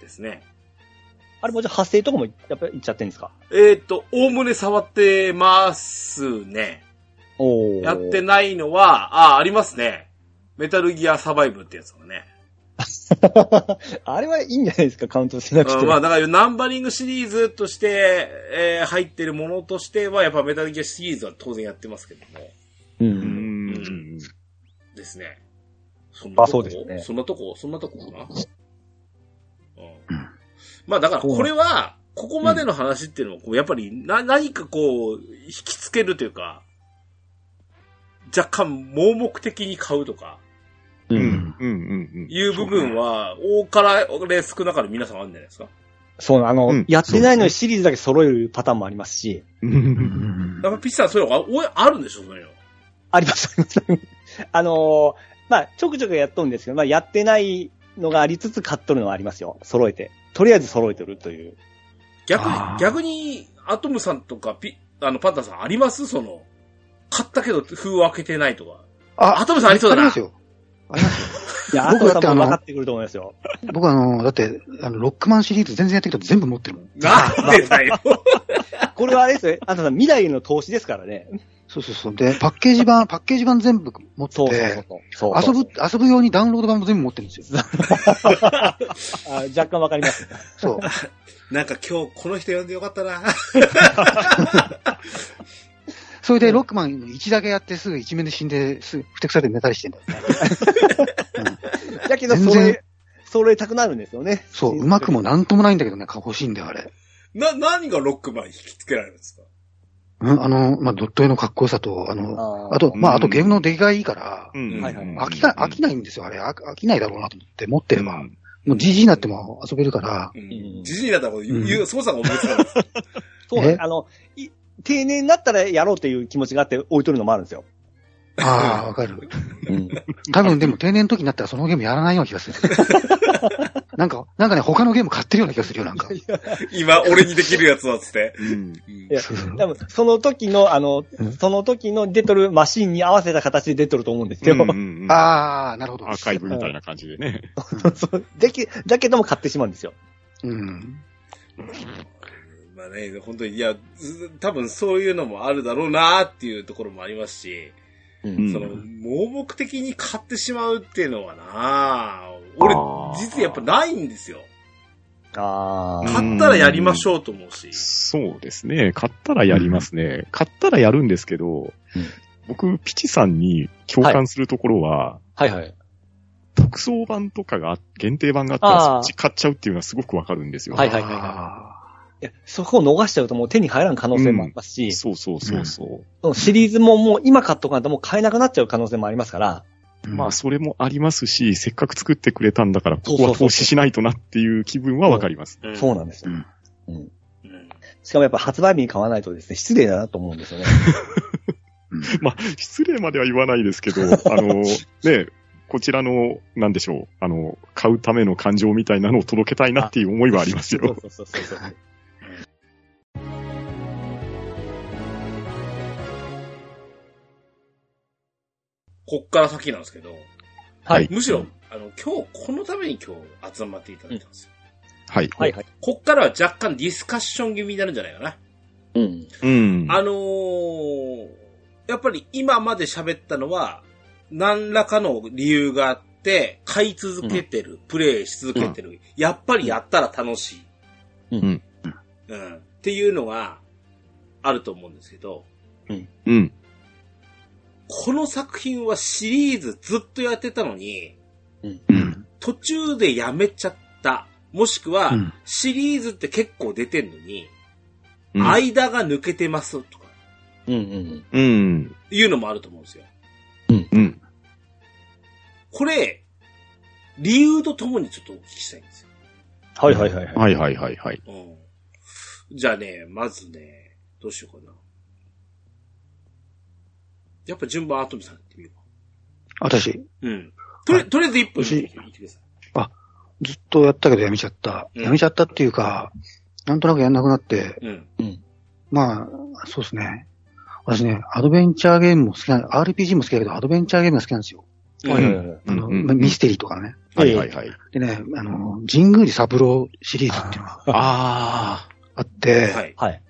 ですね。
あれもじゃあ派生とかも、やっぱり行っちゃってんですか
えーっ、と、おおむね触ってますね。
おお。
やってないのは、ああ、ありますね。メタルギアサバイブってやつもね。
あれはいいんじゃないですか、カウントしなく
う
て。
ん、まあ、だからナンバリングシリーズとして、えー入ってるものとしては、やっぱメタルギアシリーズは当然やってますけども。
う。
うんん。
ですね。そんなとこ
あそうですね
そんなとこそんなとこかなうん。まあ、だからこれは、ここまでの話っていうのは、こう、やっぱり、な、何かこう、引きつけるというか、若干盲目的に買うとか、
う。
うんん。うん。
いう部分は、多から、俺少なから皆さんあるんじゃないですか。
そう、あの、
うん
やってないのにシリーズだけ揃えるパターンもありますし、
うん。
やっぱピッチさんそういうのが、おいあるんでしょ、そういうの。
あります、あ ります。あのーまあ、ちょくちょくやっとんですけど、まあ、やってないのがありつつ買っとるのはありますよ。揃えて。とりあえず揃えてるという。
逆
あ
に、
ー
逆に、アトムさんとかピ、あの、パンタさんありますその、買ったけど封を開けてないとか。
あ
アトムさんありそうだな
ありますよ。ありますよ。
いや、ア
僕
ト
だ
さ
っ
ん
て
も
あの
分かってくると思いますよ。
僕あの、だって、あの、ロックマンシリーズ全然やってきたけど全部持ってるもん。
なんでだよ。
これはあれですよ。アトさん、未来への投資ですからね。
そうそうそう。で、パッケージ版、パッケージ版全部持って
そうそう
て、
そうそう。
遊ぶ、遊ぶ用にダウンロード版も全部持ってるんですよ。
あ若干わかります。
そう。
なんか今日この人呼んでよかったな。
それで、ロックマンの1だけやってすぐ一面で死んで、すぐふてくされて寝たりしてんだよ。
だけど、
全
そ
然
れ、揃えたくなるんですよね。
そう、うまくもなんともないんだけどね、欲しいんだよ、あれ。
な、何がロックマン引きつけられるんですか
うん、あの、まあ、ドット絵のかっこよさと、あの、
あー
あと、まあ、
うん
あとゲームの出来がいいから、
うん。
飽きな飽きないんですよ、あれ。飽飽きないだろうなと思って、持ってれば。もう GG になっても遊べ るから、
う。
うんん
じじいだったら、言
う
う、操作が思いつかないです。
そうなんです
え
あの、い定年になったらやろうという気持ちがあって置いとるのもあるんですよ。
ああ、わかる。
うん。
多分でも定年の時になったらそのゲームやらないような気がする。なんか、なんかね、他のゲーム買ってるような気がするよ、なんか。
今、俺にできるやつだっつって。
うん。
うん
や
そうそう
多分、その時の、あの
うん、
その時の出とるマシンに合わせた形で出とると思うんですよ。
あ
ああ、なるほど。
アーカイブみたいな感じでね。
そうだけだけども買ってしまうんですよ。
うん。
まあね、本当に、いや、ず多分そういうのもあるだろうなっていうところもありますし、
うん
その、
うん
盲目的に買ってしまうっていうのはな俺
あー、
実はやっぱないんですよ。
あ
うん
あ。
買ったらやりましょうと思うし。
そうですね。買ったらやりますね。買ったらやるんですけど、僕、ピチさんに共感するところは、
はいはい。
特装版とかが、限定版があったらそっち買っちゃうっていうのはすごくわかるんですよ。
はいはいはい
あ
いや、そこを逃しちゃうともう手に入らん可能性もありますし、
そうそうそうそう。
そのシリーズももう今買っとかないともう買えなくなっちゃう可能性もありますから、
ー
まあ、それもありますし、せっかく作ってくれたんだから、ここは投資しないとなっていう気分はわかります。
うん
そうなんですよ。
うん
うん
しかもやっぱ発売日に買わないとですね、失礼だなと思うんですよね。
失 礼までは言わないですけど、あの、ね、こちらの、なんでしょう、あの、買うための感情みたいなのを届けたいなっていう思いはありますよ。
そうそうそうそう。
こっから先なんですけど、
はい。
むしろ、あの、今日、このために今日集まっていただいたんですよ。
はい。
はいはい。
こっからは若干ディスカッション気味になるんじゃないかな。
うん。
うん。
あのー、やっぱり今まで喋ったのは、何らかの理由があって、買い続けてる、プレイし続けてる、やっぱりやったら楽しい。
うん
うん。っていうのがあると思うんですけど、
うん。
この作品はシリーズずっとやってたのに、
うん。
途中でやめちゃった。もしくは、
うん
シリーズって結構出てんのに、
うん
間が抜けてますとか、
うんうん。
うん。
いうのもあると思うんですよ。
うん。
これ、理由とともにちょっとお聞きしたいんですよ。
はいはいはいはい。
はいはいはいはい。
うん。じゃあね、まずね、どうしようかな。やっぱ順番アトムさんやってみよ
私、
う。うん。とり、とりあえず1分
よし
言ってください。
ずっとやったけどやめちゃった。
うん
やめちゃったっていうか、なんとなくやんなくなって、
うん。
まあ、そうですね。私ね、アドベンチャーゲームも好きな、RPG も好きだけど、アドベンチャーゲームが好きなんですよ。
はいはいはい。
う
あ
ん
の、
うん
まあミステリーとかね。
はいはいはい。
でね、あの、神宮寺三郎シリーズっていうのが
あ
あって、
はい。
はい。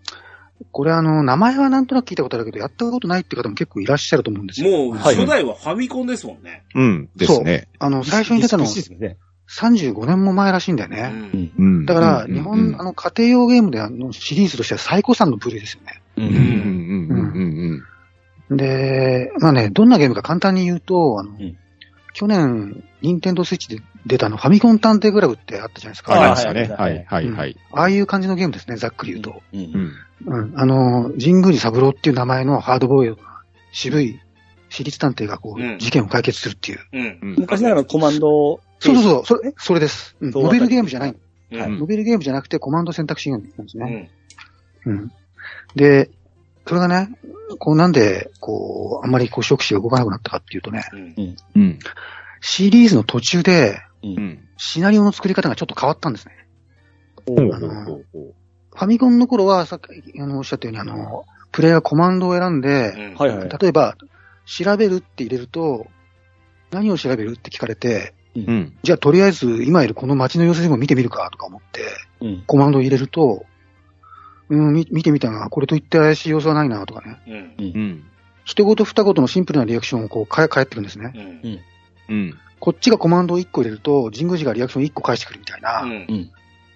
これあの、名前はなんとなく聞いたことあるけど、やったことないって方も結構いらっしゃると思うんですよ。
もう、
はい
初代はファミコンですもんね。
ー。うん。ですね。
あの、最初に出たの
美しいですね。
35年も前らしいんだよ
う
ね。
ん。
うん。
だから、
うん
日本、あ、の、家庭用ゲームであのシリーズとしては最高産の部類ですよね。
う
うんうん
ん。
うんうんうん
で、まあね、どんなゲームか簡単に言うと、あの、
ん
去年、任天堂スイッチで出たあの、ファミコン探偵クラブってあったじゃないですか。
あり
は
ま
い
したね。
は
はいいはいはい。
ああいう感じのゲームですね、ざっくり言うと。
う。
うんん。
うん。あの、神宮寺三郎っていう名前のハードボイルドな渋い私立探偵がこう、
うん
事件を解決するっていう。
うん。
うん
昔ながらのコマンド。
そうそうそう、それ、えそれです。うん
そう
ノベルゲームじゃない。
うん。
は
う
い
ん。
ノベルゲームじゃなくてコマンド選択肢ゲームなんです
う
ね。
ん。
うん。で、それがね、こうなんで、こう、あんまりこう、触手が動かなくなったかっていうとね、
うん。
うん。
シリーズの途中で、
うん。
シナリオの作り方がちょっと変わったんですね。
ほう
あ
ほう
の
ほうほ
ファミコンの頃は、さっき、あの、おっしゃったように、あの、プレイヤーがコマンドを選ん
う
で、
ん。
はいはい。
例えば、調べるって入れると、何を調べるって聞かれて、
う。うん。
じゃあとりあえず今いるこの街の様子でも見てみるかとか思って、
うん。
コマンドを入れると、うん、み見てみたが、これといって怪しい様子はないなとかね。
うん。
うん。
一言二言のシンプルなリアクションをこうか返ってくるんですね。
うん。
うん。
こっちがコマンドを1個入れると、神宮寺がリアクション1個返してくるみたいな、
うん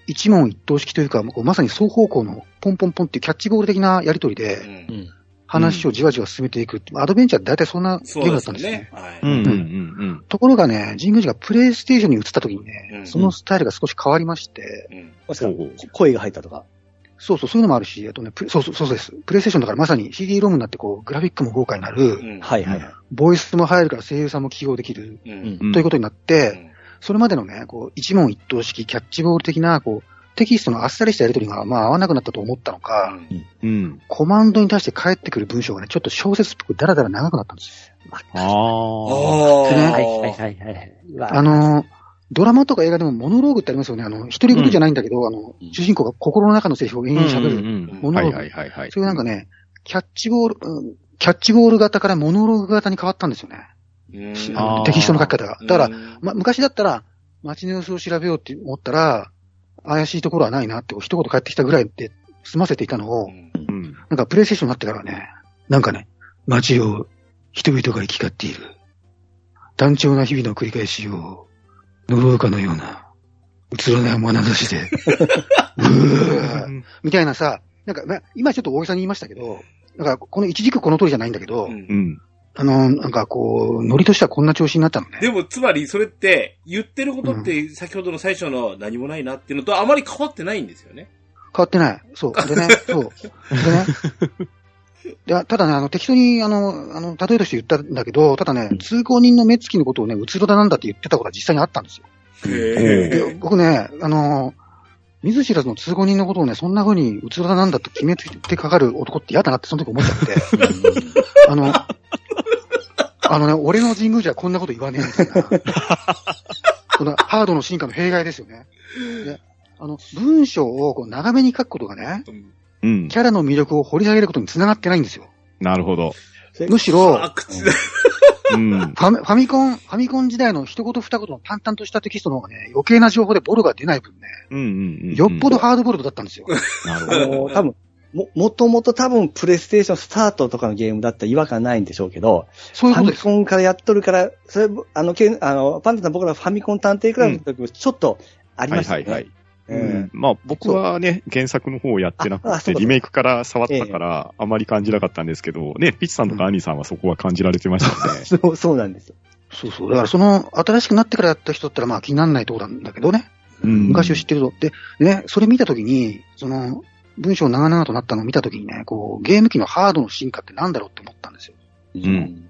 一問一答式というか、こうまさに双方向のポンポンポンっていうキャッチボール的なやりとり
う
で、
ん。
うん。
話をじわじわ進めていくって、アドベンチャーって大体そんなゲ
そ
ー
う
ム
で
だっ
す
た
よ
んですね。
ね。はい。
うん。うん。
ところがね、神宮寺がプレイステーションに移った時にね、
うん
そのスタイルが少し変わりまして、
うん。
もしかしたら声が入ったとか。
そうそう、そういうのもあるし、あとね、プレそうそう、そうです。プレイステーションだからまさに CD ロムになってこう、グラフィックも豪華になる、
うん。
はいはいはい。
ボイスも入るから声優さんも起用できる、
うん。
うん
うん。
ということになって、
うん
それまでのね、こう、一問一答式、キャッチボール的な、こう、テキストのあっさりしたやりとりが、まあ、合わなくなったと思ったのか、
うん
うん。
コマンドに対して返ってくる文章がね、ちょっと小説っぽくだらだら長くなったんですよ。
ああ。
ね
ああ。
はい
はいはい。
あのー、ドラマとか映画でもモノローグってありますよね。あの、一人言じゃないんだけど、あの
うん、
主人公が心の中のセリフを延々喋る。
うん。はいはいはいはい。
そういうなんかね、キャッチボール、うんキャッチボール型からモノローグ型に変わったんですよね。
うん
あー
テキストの書き方が。だから、
うん
ま、昔だったら、街の様子を調べようって思ったら、怪しいところはないなって、一言返ってきたぐらいで済ませていたのを、
うん。
なんかプレイステーションになってからはね、なんかね、街を人々が行き交っている。単調な日々の繰り返しを、呪うかのような、うつろない眼差しで、うーみたいなさ、なんか、ま今ちょっと大げさに言いましたけど、だから、この一軸この通りじゃないんだけど、
うん
うん。
あの、なんかこう、ノリとしてはこんな調子になったのね。
でも、つまり、それって、言ってることって、先ほどの最初の何もないなっていうのと、あまり変わってないんですよね。
変わってない。そう。でね、そう。でね。いやただね、あの、適当に、あの、あの、例えとして言ったんだけど、ただね、通行人の目つきのことをね、うつろだなんだって言ってたことは実際にあったんですよ。
へ
で僕ね、あの、見ず知らずの通行人のことをね、そんな風に、うつらなんだと決めつけてかかる男って嫌だなってその時思っちゃって、あの、あのね、俺の神宮じゃこんなこと言わねえみたいな。このハードの進化の弊害ですよね。であの、文章をこう長めに書くことがね、
うん
うん
キ。ャラの魅力を掘り下げることにつながってないんですよ。
なるほど。
むしろ、
あ、口だ。
うん。
ファミファミコン、ファミコン時代の一言二言の淡々としたテキストの方がね、余計な情報でボロが出ない分ね、
うんうんう ん。
よっぽど。ハードボールドだったんですよ。
なるほ
あ
ど。
のー多分、も、もともと多分プレイステーションスタートとかのゲームだったら違和感ないんでしょうけど、
そういう
ファ
こと
ミ
です。
コンからやっとるから、それ、あの、けんあの、パンダさん僕らファミコン探偵クラブの時もちょっとあり
は
ま
い
した
は
よ
い
ね。
はい。
うん
まあ僕はね、原作の方をやってな
ああ
く
そう
て、
だ
リメイクから触ったから、あまり感じなかったんですけど、ね、ピッチさんとかアニーさんはそこは感じられてましたね。
そう、そうなんですよ。
そうそう。だからその、新しくなってからやった人だったらまあ気にならないところなんだけどね。
うん
昔を知ってると。で、ね、それ見たときに、その、文章長々となったのを見たときにね、こう、ゲーム機のハードの進化ってなんだろうって思ったんですよ。
ん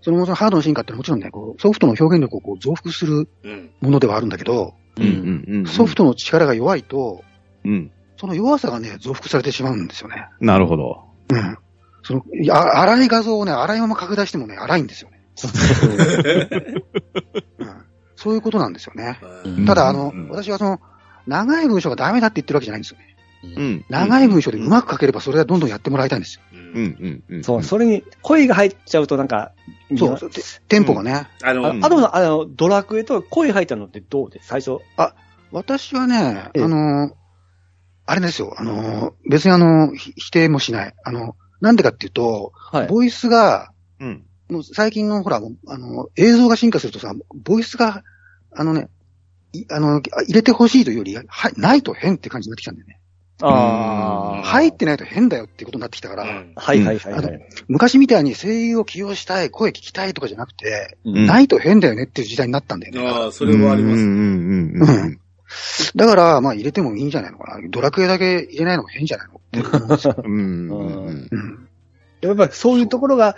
そのそのハードの進化ってもちろんね、こう、ソフトの表現力をこう増幅する
うん。
ものではあるんだけど、
うん
うんうんうん。
ソフトの力が弱いと、
うん。
その弱さがね、増幅されてしまうんですよね。
なるほど。
うん。その、いや荒い画像をね、荒いまま拡大してもね、荒いんですよね。うん。そういうことなんですよね。
うん
ただ、あの、
うん
私はその、長い文章がダメだって言ってるわけじゃないんですよね。
うん。
長い文章でうまく書ければ、それはどんどんやってもらいたいんですよ。
う。
うんんうんうん。
そう、それに声が入っちゃうとなんか、
そう、てテンポがね。
あの、
あ
うん
アドムさん、あの、ドラクエと声入ったのってどうです最初。
私はね、
ええ
あの、あれですよ、あの、別にあの、ひ否定もしない。あの、なんでかっていうと、
はい。
ボイスが、
うん。
もう最近のほら、もうあの、映像が進化するとさ、ボイスが、あのね、いあの、入れてほしいというより、はないと変って感じになってきたんだよね。
あー
入っ。てないと変だよってことになってきたか
う
ら、
ん
はいはいはいはい。
昔みたいに声優を起用したい、声聞きたいとかじゃなくて、
うん
ないと変だよねっていう時代になったんだよね。
ああ、それはありま
う
す。
んうんうんうん。
だから、まあ入れてもいいんじゃないのかな。ドラクエだけ入れないのも変じゃないのって思うんですよ。
うんうんうん。
うん。
やっぱりそういうところが、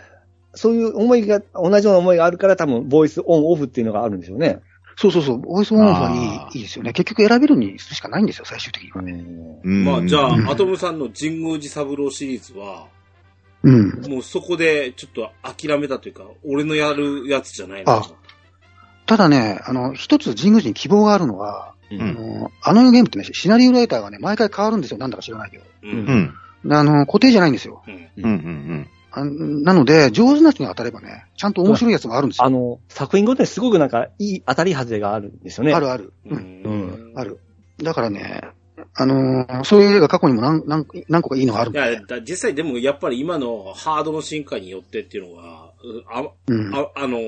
そういう思いが、同じような思いがあるから多分、ボイスオンオフっていうのがあるんでしょうね。
そうそうそう。ボイスオンオフは
あ
いいいいですよね。結局選べるにするしかないんですよ、最終的にはね。
うん
まあ、じゃ
うん
あ、アトムさんの神宮寺三郎シリーズは、
うん。
もうそこでちょっと諦めたというか、俺のやるやつじゃないなと。
ただね、あの、一つ神宮寺に希望があるのは、
う
あ
ん。
の、あのゲームってね、シナリオライターがね、毎回変わるんですよ。なんだか知らないけど。
う。
うんん。
あの、固定じゃないんですよ。
うん。
うんうん
あなので、上手な人に当たればね、ちゃんと面白いやつがあるんですよ。
あの、作品ごとにすごくなんか、いい当たり外れがあるんですよね。
あ。るある。うん。
ん
ある。だからね、あのーそういう絵が過去にも何何何個かいいのがあるん
い
だ
や、
よね。
だ実際でもやっぱり今のハードの進化によってっていうのが、うあ、
うん、
ああの、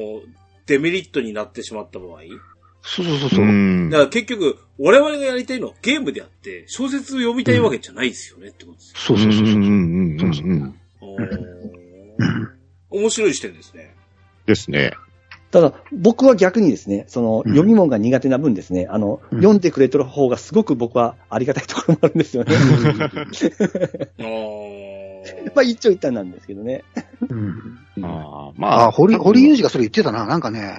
デメリットになってしまった場合。
そうそうそう
う
そう、
ん。
だから結局、我々がやりたいのはゲームであって、小説を読みたいわけじゃないですよねってことですよ。
そうそうそうそう。
んうんうん。
お
うん
ー面白い視点ですね。
ですね。
ただ、僕は逆にですね、その、
うん
読み物が苦手な分ですね、あの、
うん
読んでくれてる方がすごく僕はありがたいところもあるんですよ ね。
あー
まあ一長一短なんですけどね。
うん
ああ、まあ。
あ、堀、堀裕二がそれ言ってたな。なんかね、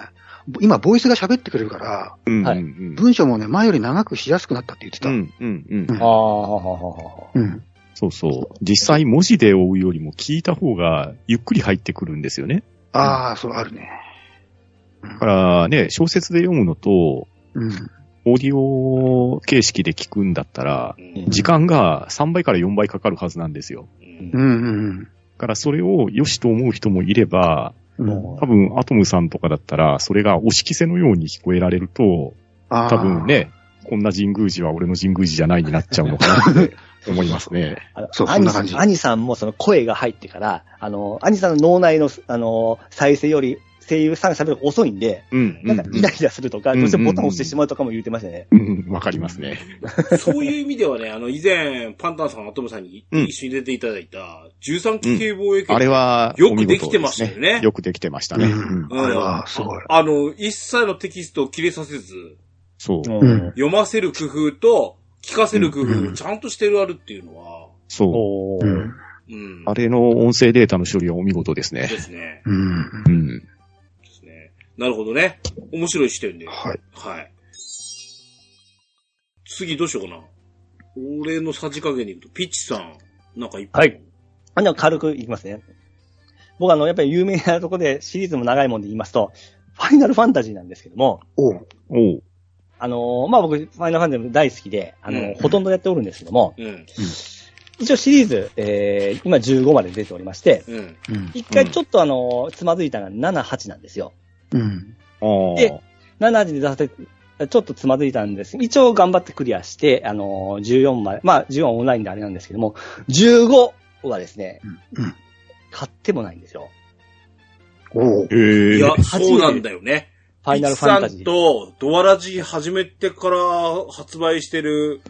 今、ボイスが喋ってくれるから、
うん。
は
はいい。うん
文章もね、前より長くしやすくなったって言って
う
た。
んうん。
ああ、
うん。
そうそう。実際文字で追うよりも聞いた方がゆっくり入ってくるんですよね。
ああ、そう、あるね。
だからね、小説で読むのと、
うん。
オーディオ形式で聞くんだったら、
うん
時間が3倍から4倍かかるはずなんですよ。
うん
うんうん
だからそれを良しと思う人もいれ
うん。う
ば、
ん
も
多分アトムさんとかだったら、それが押し着せのように聞こえられると、
ああ
多分。ね、こんな神宮寺は俺の神宮寺じゃないになっちゃうのかなって 思いますね。
あの
そう
兄
そんな
さ
感じ
ん、兄さんもその声が入ってから、あの、兄さんの脳内の、あの、再生より声優さんが喋るのが遅いんで、
うん。
なんかイライラするとか、
うん
どうしてもボタン押してしまうとかも言ってましたね。
うん、わかりますね。
そういう意味ではね、あの、以前、パンタンさん、アトムさんに
うん
一緒に出ていただいた、13期系防衛権、
あれは、
よく
お見事
できてましたよね
ですよくできてましたね。うん
あれは、すごい。
あの、一切のテキストを切れさせず、
そう。
ん
読ませる工夫と、聞かせる工
うん
夫をちゃんとしてるあるっていうのは、
そう。
おー
うん。
うん。
あれの音声データの処理はお見事です
で
ね。
すね。
うん
う。ん。
ですね。なるほどね。面白い視点で。
はい。
はい。次どうしようかな。俺のさじ加減でいくと、ピッチさん、なんかいっぱ
はい。あじゃあ軽くいきますね。僕あの、やっぱり有名なとこでシリーズも長いもんで言いますと、ファイナルファンタジーなんですけども、
おう。
おう。
あのーまあ、僕、ファイナルファンタジーも大好きで、あのー
うん
ほとんどやっておるんですけども、
い。うん。
一応シリーズ、えー、今15まで出ておりまして、
うん。
うん。
一回ちょっとあのーつまずいたのが7、8なんですよ。
うん。
あ
で7、8で出させて、ちょっとつまずいたんです。一応頑張ってクリアして、あのー14まで、まあ、14はオンラインであれなんですけども、15はですね、
うん。
買ってもないんですよ。
おう。
あ。へえ。
いや、
初めて
そうなんだよね。
ファイナルファンタジ
ピッチさん
ー。
と、ドアラジ始めてから発売してる、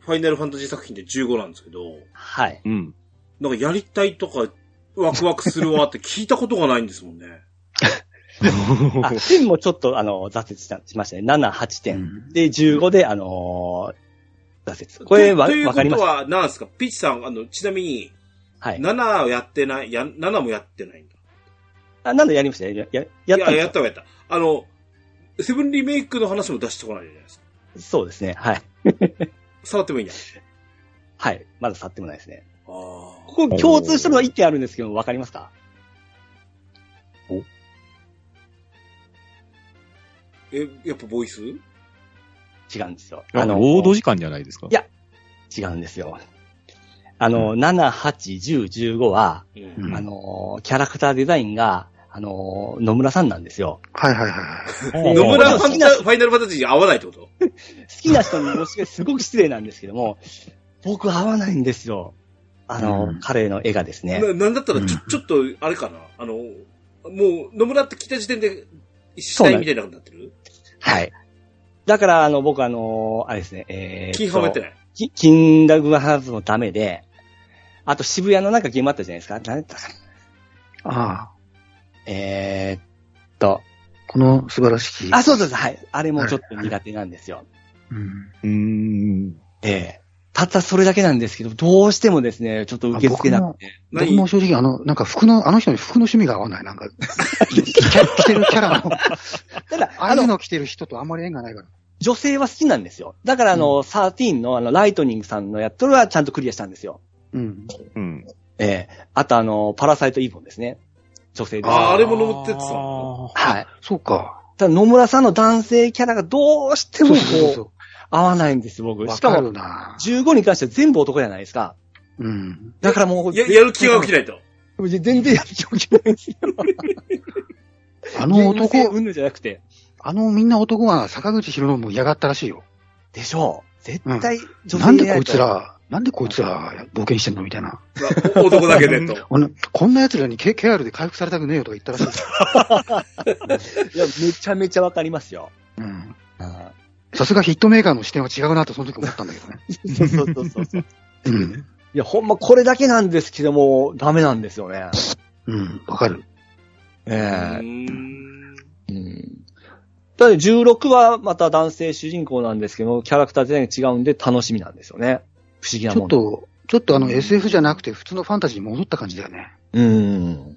ファイナルファンタジー作品で15なんですけど、
はい。
うん。
なんかやりたいとか、ワクワクするわって聞いたことがないんですもんね。
あ、10もちょっと、あの、挫折したしましたね。7、8点。
うん
で、15で、あのー挫 折。これわ、
という
わ
こ
かりま
と
した。
は、なんですかピッチさん、あの、ちなみに、
はい。
7をやってない、や、7もやってないんだ。
あなんでやりましたや、や、やったん
いや、
で
や
す
ったわやった。あの、セブンリメイクの話も出してこないじゃないですか。
そうですね。はい。
さらってもいいんだ。
はい。まだ去ってもないですね。
ああ。
ここ共通してるのは1点あるんですけど、わかりますか
え、やっぱボイス
違うんですよ。
あの、労働時間じゃないですか。
いや違うんですよ。あの、7、8、10、15は、
う。
うんん
あのーキャラクターデザインが、あのー野村さんなんですよ。
はいはいはい。
野
野村フ
さ
ァ
ん
ンタ、ファイナルファンタジーに合わないってこと
好きな人に申し訳すごく失礼なんですけども、僕合わないんですよ。あの、
うん
彼の絵がですね。
ななんだったら、ちょ
う、ん
ちょっと、あれかな。あの、もう、野村って来た時点で、死体みたいなことになってる
はい。だから、あの、僕あの、あれですね、えー、
金はめて
い。
ない。
き金額がハウスもダメで、あと渋谷のなんかゲームあったじゃないですか。何だったかな
ああ。
えー、っと、
この素晴らしき。
あ、そうそうそう、はい。あれもちょっと苦手なんですよ。
うん。
うーん。
ええたったそれだけなんですけど、どうしてもですね、ちょっと受け付けなくて。
僕も
何
正直、あの、なんか服の、あの人に服の趣味が合わない。なんか、着てるキャラの、
ただ、
ああ
あ
い
の
う、の着てる人とあんまり縁がないから。
女性は好きなんですよ。だからあの、13のあの、ライトニングさんのやっとるはちゃんとクリアしたんですよ。
うん。
うん。
ええあとあの、パラサイトイボンですね。女性です。
あー
は
あれも登ってってさ
い。
そうか。
ただ野村さんの男性キャラがどうしても
そ
こ
うそう
う、
そ
合わないんですよ、僕
う。。わ
しか
か
も、
るな。
15に関しては全部男じゃないですか。
うん。
だからもう、
や、やる気が起きないと。
全然やる気起きないんですよ。
あの
人
男
生、うんぬじゃなくて。
あのみんな男は坂口博信も嫌がったらしいよ。
でしょう。絶対、女性
なんでこいつ
やる
ら、なんでこいつら冒険してんのみたいな。
まあ男だけでと。
こんなこんな奴らにケケアルで回復されたくねえよとか言ったらしい。
といや、めちゃめちゃわかりますよ。
うん。
うん
さすがヒットメーカーの視点は違うなとその時思ったんだけどね。
そうそうそう そう。
うん。
いや、ほんまこれだけなんですけども、ダメなんですよね。
うん。わか
う
る。
ええ
ーん
うん。ただ16はまた男性主人公なんですけども、キャラクター全然違うんで楽しみなんですよね。不思議な
ちょ
も
っ
ん。
と、ちょっとあの SF じゃなくて普通のファンタジーに戻った感じだよね。
うん。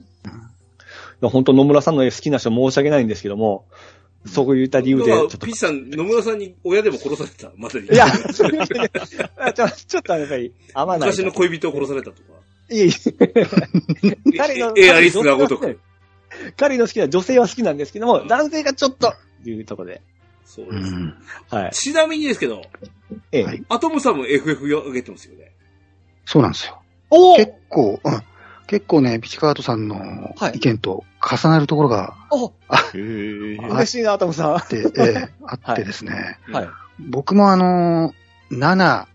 本当野村さんの絵好きな人申し訳ないんですけども、そういった理由で、ち
だか
ょ
ら
っと。
ピッ
い
チさん、野村さんに親でも殺されてた。まさに。
や、そういうわけでちょちょっとやっぱり、合わない。
昔の恋人を殺されたとか。
いえい彼の
え、エアリスがごとく。
え彼の好きな女性は好きなんですけども、
うん
男性がちょっと、いうところで。
そう
う
です。
ん。
はい。
ちなみにですけど、
ええ
はい
アトムさんも FF 上げてますよね。
そうなんですよ。
おお
結構、うん。結構ね、ピチカートさんの
はい
意見と重なるところが
お
へえ。
嬉しいな、トムさん。
あ って、ええあってですね。
はい。
僕もあのー、7、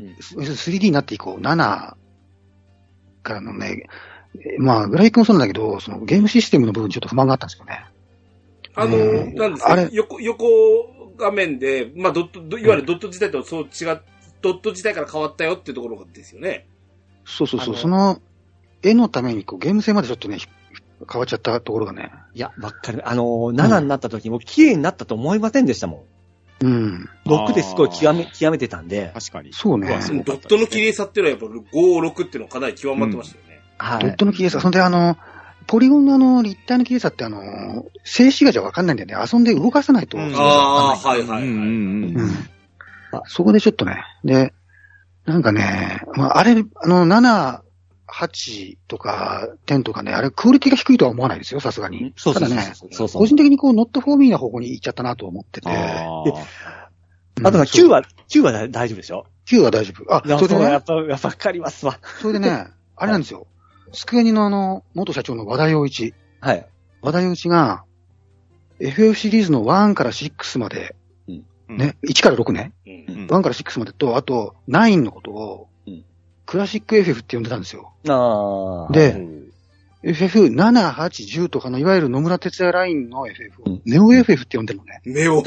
うん
す 3D になって以降、7からのね、えまあ、グラフィックもそうなんだけど、そのゲームシステムの部分にちょっと不満があったんですよね。
あの
う、ん
なんです
あ
か
れ
横、横画面で、まあ、ドット、どいわゆるドット自体とそう違う、ドット自体から変わったよっていうところですよね。
そうそう
あ
そう、
の
その絵のためにこうゲーム性までちょっとね、ひ変わっちゃったところがね。
いや、ばっかり。あのー、7になった時、僕、綺麗になったと思いませんでしたも
うん。
ん。6ですごい極め、極めてたんで、
確かに。
そうね
うわすごい
ドットの綺麗さっていうのはやっぱ5、6っていうのはかなり極まってましたよね。
は
ドッ
い。
トの綺麗さ、そんであの、ポリゴンのあの、立体の綺麗さってあの、静止画じゃわかんないんだよね。遊んで動かさないと。
うん
ああ、はい
うん
はいは
う
い。
んうん
うん。そこでちょっとね、で、なんかね、まあ、あれ、あの、7、8とか10とかね、あれクオリティが低いとは思わないですよ、さすがに。
そうそう
た
そう
だね、
そうそう
個人的にこう、ノットフォーミーな方向に行っちゃったなと思ってて。
あ
で
ー
うん
あとさ、
そう
9は、9は大大丈夫でしょ
9は大丈夫。あ、それで
や
ね
っ、ぱ、やっぱわかりますわ。
それでね、あれなんですよ。スクエニのあの、元社長の和田洋一。
はい。
和田洋一が、FF シリーズの1から6まで、
うん
ね、1から6ね、
うん
うん
1から6までと、あと9のことを、
うん
クラシック FF って呼んでたんですよ。
あー
で
うん
FF7、8、10とかのいわゆる野村哲也ラインの FF を、
うん
ネオ FF って呼んでるのね。
ネ オ。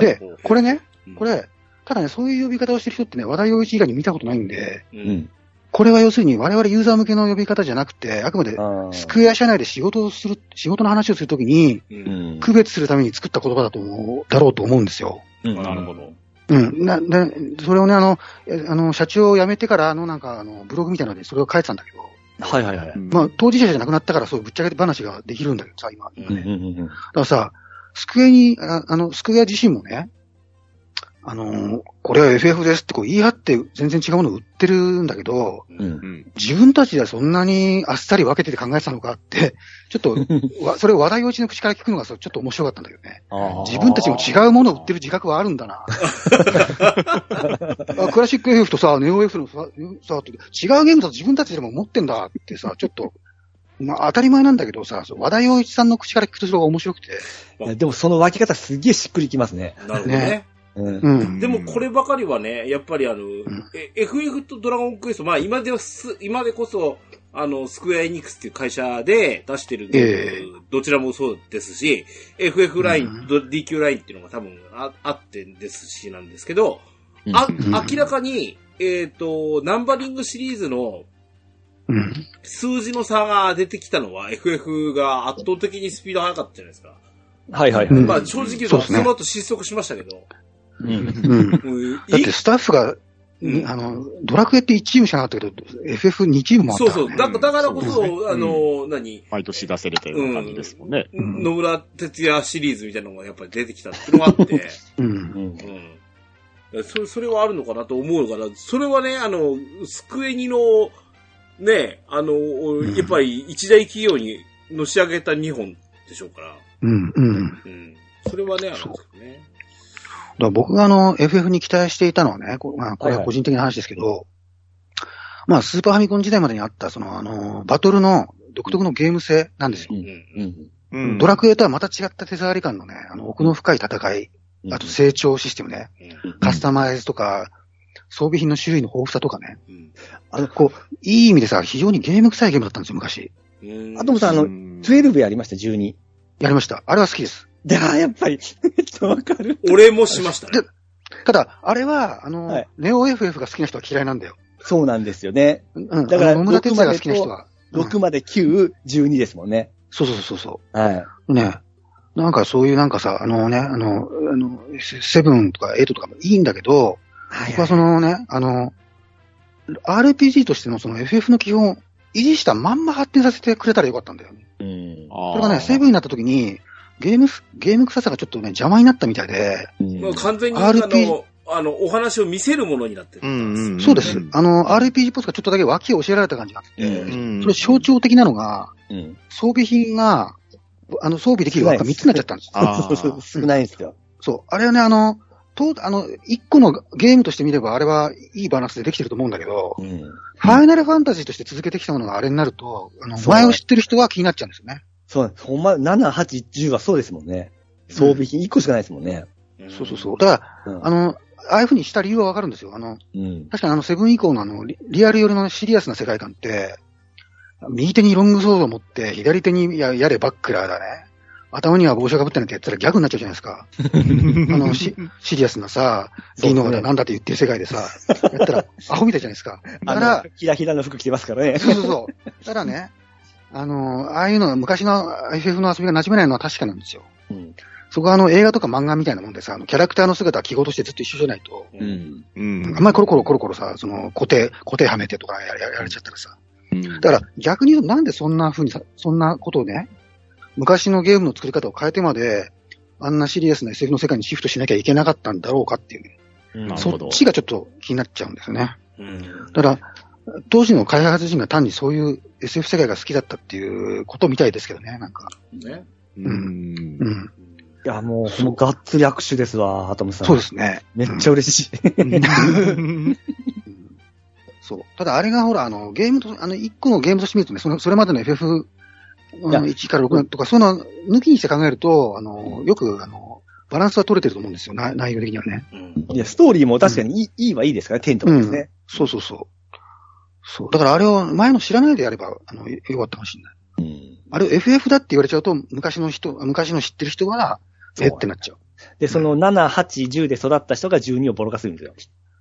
で、これね
うん、
これ、ただね、そういう呼び方をしてる人ってね、和田洋一以外に見たことないんで、
う
う。
んん。
これは要するに我々ユーザー向けの呼び方じゃなくて、あくまで
あー
スクエア社内で仕事をする、仕事の話をするときに、
う
う。
んん。
区別するために作った言葉だと思う、だろうと思うんですよ。
うん
なるほど。
うん。な、な、それをね、あの、えあの、社長を辞めてから、あの、なんか、あの、ブログみたいなので、それを書いてたんだけど、
はいはいはい。
うん
まあ、当事者じゃなくなったから、そう、ぶっちゃけ話ができるんだけどさ、今。だ
うんうんうん
からさ、スクエに、ああの、スクエア自身もね、あの、これは FF ですってこう言い張って、全然違うの売ってるんだけど、
うん
うん
自分たちではそんなにあっさり分けてて考えてたのかって、ちょっとわ、それ話題用一の口から聞くのがそうちょっと面白かったんだけどね。
あー
自分たちも違うものを売ってる自覚はあるんだな。あクラシック FF とさ、ネオ FF のさ、さって違うゲームだと自分たちでも持ってんだってさ、ちょっと、まあ当たり前なんだけどさ、そう話題用一さんの口から聞くとそれが面白くて。
いやでもその分け方すげえしっくりきますね。
なるほどね
ね。
うん
う
うん
ん。
でもこればかりはね、やっぱりあの、
ん
え FF とドラゴンクエスト、まあ今ではす、今でこそ、あの、スクエアエニックスっていう会社で出してる、
ええ
どちらもそうですし、FF ライン、
うん
と DQ ラインっていうのが多分ああってんですしなんですけど、あ
うん
ん
明らかに、えっ、と、ナンバリングシリーズの
うん。
数字の差が出てきたのは FF が圧倒的にスピード速かったじゃないですか。
はいはいはい。
うん
まあ正直言う
そう
と、
です
そ
ね
の後失速しましたけど、
うん
うん。だ
うん
ってスタッフが、にあの、ドラクエって1チームしかなかったけど、FF2 チームもあった
そう
から、ね。
そう。だだからこそ、
うん
あの、何
毎年出せれたような感じですもんね。
うん
野村哲也シリーズみたいなのがやっぱり出てきたっていうのがあ って、
うん。
うん
うん。それ、それはあるのかなと思うから、それはね、あの、スクエニの、ね、あの、
ん
やっぱり一大企業にのし上げた2本でしょうから、
うん、うん。だか
うん。それはね、あるん
そう
ですよね。
ら僕があの、FF に期待していたのはね、こまあ、これは個人的な話ですけど、まあ、スーパーファミコン時代までにあった、その、あの、バトルの独特のゲーム性なんですよ。
う
うん。
うんん
うん
ドラクエとはまた違った手触り感のね、あの、奥の深い戦
う
い、
ん
あと成長システムね、
うん
カスタマイズとか、装備品の種類の豊富さとかね、
うん
あの、こう、いい意味でさ、非常にゲーム臭いゲームだったんですよ、昔。
うん。
あともさ、あの、
の
12やりました、12。
やりました。あれは好きです。
で、あやっぱり、 めっちゃわかる。
俺もしましたね。
ただ、あれは、あの、
はい
ネオ FF が好きな人は嫌いなんだよ。
そうなんですよね。
うん。
だから
あの野村哲也が好きな人は。うん
6まで9、12ですもんね。
そうそうそうそう。
はい。
ね、なんかそういうなんかさ、あのね、あの、あの、セセブンとかエイトとかもいいんだけど、
はい
僕はそのね、あの、RPG としてのその FF の基本を維持したまんま発展させてくれたらよかったんだよね。
うん。
あー
それがね、セブンになった時に、ゲームす、ゲーム臭さがちょっとね、邪魔になったみたいで、
うん
もう完全に、あ
RP
の、あの、お話を見せるものになってるんですよ
ん
そうです
うん。
あの、RPG ポスがちょっとだけ脇を教えられた感じがあって、
うん
うん
それ象徴的なのが、
うん。
装備品が、あの、装備できる枠が3つになっちゃったんです。
あ
そうそう、少
ー
ないんですよ。
そう。あれはね、あの、と、あの、一個のゲームとして見れば、あれはいいバランスでできてると思うんだけど、
ん。
ファイナルファンタジーとして続けてきたものがあれになると、あの、
そう
前を知ってる人は気になっちゃうんですよね。
そう、ほんま、7、8、10はそうですもんね。装備品1個しかないですもんね。
ん
そうそうそう。だから、
うん
あの、ああいうふうにした理由はわかるんですよ。あの、
うん。
確かにあの、セブン以降のあの、リリアル寄りのシリアスな世界観って、右手にロングソードを持って、左手にややれバックラーだね。頭には帽子をかぶってなんてやったらギャグになっちゃうじゃないですか。あ の、しシリアスなさ、
そうです
技
ね
能だなんだって言ってる世界でさ、やったらアホみたいじゃないですか。だか
あ
ら
の、、ひらひらの服着てますからね。
そうそう そう。ただね、あの、ああいうのは昔の FF の遊びが馴染めないのは確かなんですよ。
うん。
そこはあの映画とか漫画みたいなもんでさ、あのキャラクターの姿は記号としてずっと一緒じゃないと、
う。
うんん。
うん
あんまりコロコロコロコロさ、その固定、固定はめてとかやややられちゃったらさ。
うん
だから逆に言うとなんでそんな風にさ、そんなことをね、昔のゲームの作り方を変えてまで、あんなシリアスな SF の世界にシフトしなきゃいけなかったんだろうかっていうね。
うん
なる
そ
ほ
っ
ど
ちがちょっと気になっちゃうんですよね。
うん
だから、当時の開発人が単にそういう SF 世界が好きだったっていうことみたいですけどね、なんか。
ね。
う。
うんん。
いや、もう、もうがっつり握手ですわ、ハトムさん。
そうで。すね。
めっちゃ嬉しい。
そう。ただあれがほら、あの、ゲームと、あの、一個のゲームとして見るとね、その、それまでの FF、うん、
いや
1から6とか、そういうの抜きにして考えると、あの、よく、あの、バランスは取れてると思うんですよ、な内容的にはね。
うん
いや、ストーリーも確かにいい,、いいはいいですからね、テントもですね。
そうそうそう。そう。だからあれを前の知らないでやれば、あの、よよかったかもしれない。あれを FF だって言われちゃうと、昔の人、昔の知ってる人は、えってなっちゃう。
で、その7、8、10で育った人が12をボロ化するんですよ。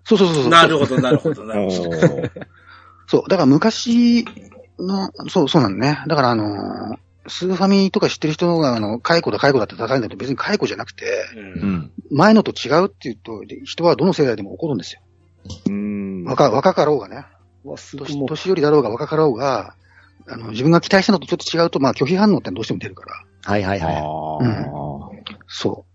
そうそうそうそう。
なるほど、なるほど、なる
お
ほど。
ー
そう、だから昔の、そう、そうなんね。だからあのースーファミとか知ってる人が、あの、解雇だ解雇だって叩いないと別に解雇じゃなくて、
う
うんん。
前のと違うっていうと、で人はどの世代でも怒るんですよ。
うん。
若、若かろうがね。
うわ、すごい。
年
もう、
年寄りだろうが若かろうが、あの、自分が期待したのとちょっと違うと、まあ拒否反応ってどうしても出るから。
はいはい
あ
はい。
あ。
そ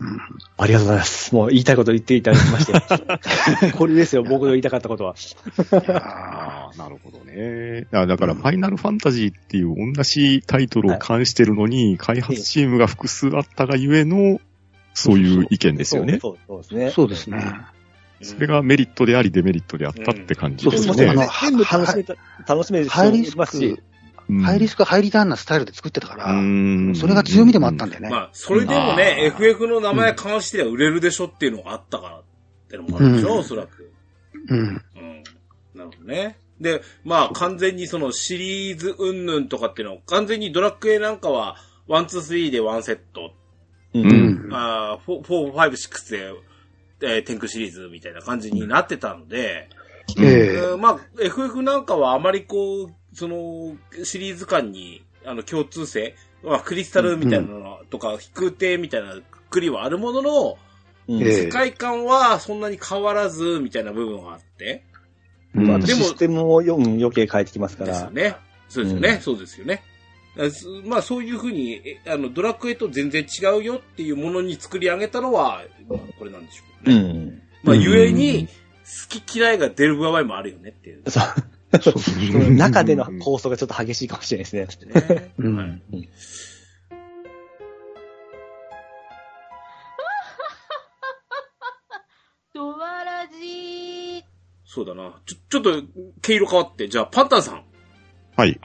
う。うん。
ありがとうございます。もう言いたいこと言っていただきまして。これですよ、僕の言いたかったことは。
いや
ああ、なるほどね。だだから、ファイナルファンタジーっていう同じタイトルを冠してるのに、開発チームが複数あったがゆえの、そういう意見ですよね。
そうそうそう
ー
ですね。
そうですね。
それ、がメリットであり、デメリットであったって感じ
そう
です
そ
よ
うそうあ
ね。
の
全部楽しめた、楽しめる人
ハイリス
いますし
ク、、ハイリ
ス
スク、ハイリターンなスタイルで作ってたから、
ク
それが強みでもあったん
で。
だよね。
まあ、それでもね、
あー
FF の名前関しては売れるでしょっていうのがあったからってのもあるでしょ、
うん
おそらく。
うん。
うん。なるほどね。で、まあ、完全にそのシリーズ云々とかっていうのを、完全にドラクエなんかは、ワン、ツー、スリーでワンセット、
う
うん
ん。
あーフォー、フォー、ファイブ、シックスで、えー、天空シリーズみたいな感じになってたので、
うん
ええ
うんまあ、FF なんかはあまりこう、その、シリーズ間に、あの、共通性、まあ、クリスタルみたいなのとか、飛空艇みたいなくくりはあるものの、
うん
ええ
世界観はそんなに変わらず、みたいな部分はあって、
まあ
うん
システムをうん余計変えてきますか
ですよ
ら。
ね。そうですよね。
うん
そうですよね。あすまあ、そういうふうに、えあの、ドラクエと全然違うよっていうものに作り上げたのは、まあこれなんでしょう
う
ね。
ん。
まあ、
うん
ゆえに、好き嫌いが出る場合もあるよね っていう。
そう。
そうそう
その中での構想がちょっと激しいかもしれないですね。
ね
うん
はい
ドワラジー。
そうだな。ちょ、ちょっと、毛色変わって、じゃあ、パンタンさん。
はい。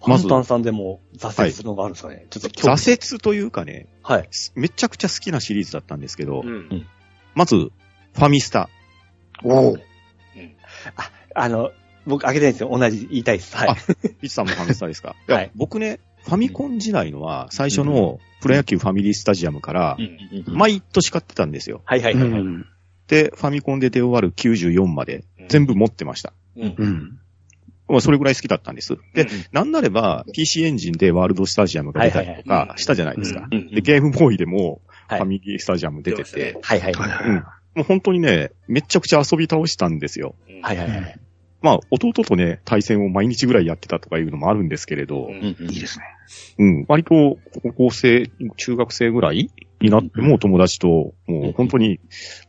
パ
まず
ンタンさんでも挫折するのがあるんですかね。ちょっと興味
挫折というかね、
はい。
すめちゃくちゃ好きなシリーズだったんですけど
う、ん。
まず、ファミスタ。
おお。
あの、僕、あげてないんですよ。同じ言いたいです。はい。
あピッチさんもファミスタ ですかい
は
や
い、
僕ね、ファミコン時代のは、最初のプロ野球ファミリースタジアムから
う、ん。
毎年買ってたんですよ。
はいはいうはいはい。
ん。
で、ファミコンで出終わる94まで、全
部。
部持ってました。
うん。
うん。
まあ、それぐらい好きだったんです。
うん
で、なんなれば、PC エンジンでワールドスタジアムが出たりと
はいはいは
か
い
したじゃないです
う
か
ん。
うん
で、ゲームボーイでも、フ
はい
ァミリースタジアム出て
出
て
ま、
はいはい。
はい
は
はい
うんもう本当にね、めちゃくちゃ遊び倒したんですよ。
うん
いはいはい。
まあ、弟とね、対戦を毎日ぐらいやってたとかいうのもあるんですけれど、
うん
うん
いいですね。
うん、割と高校生、中学生ぐらいになっても友達と、もう本当に、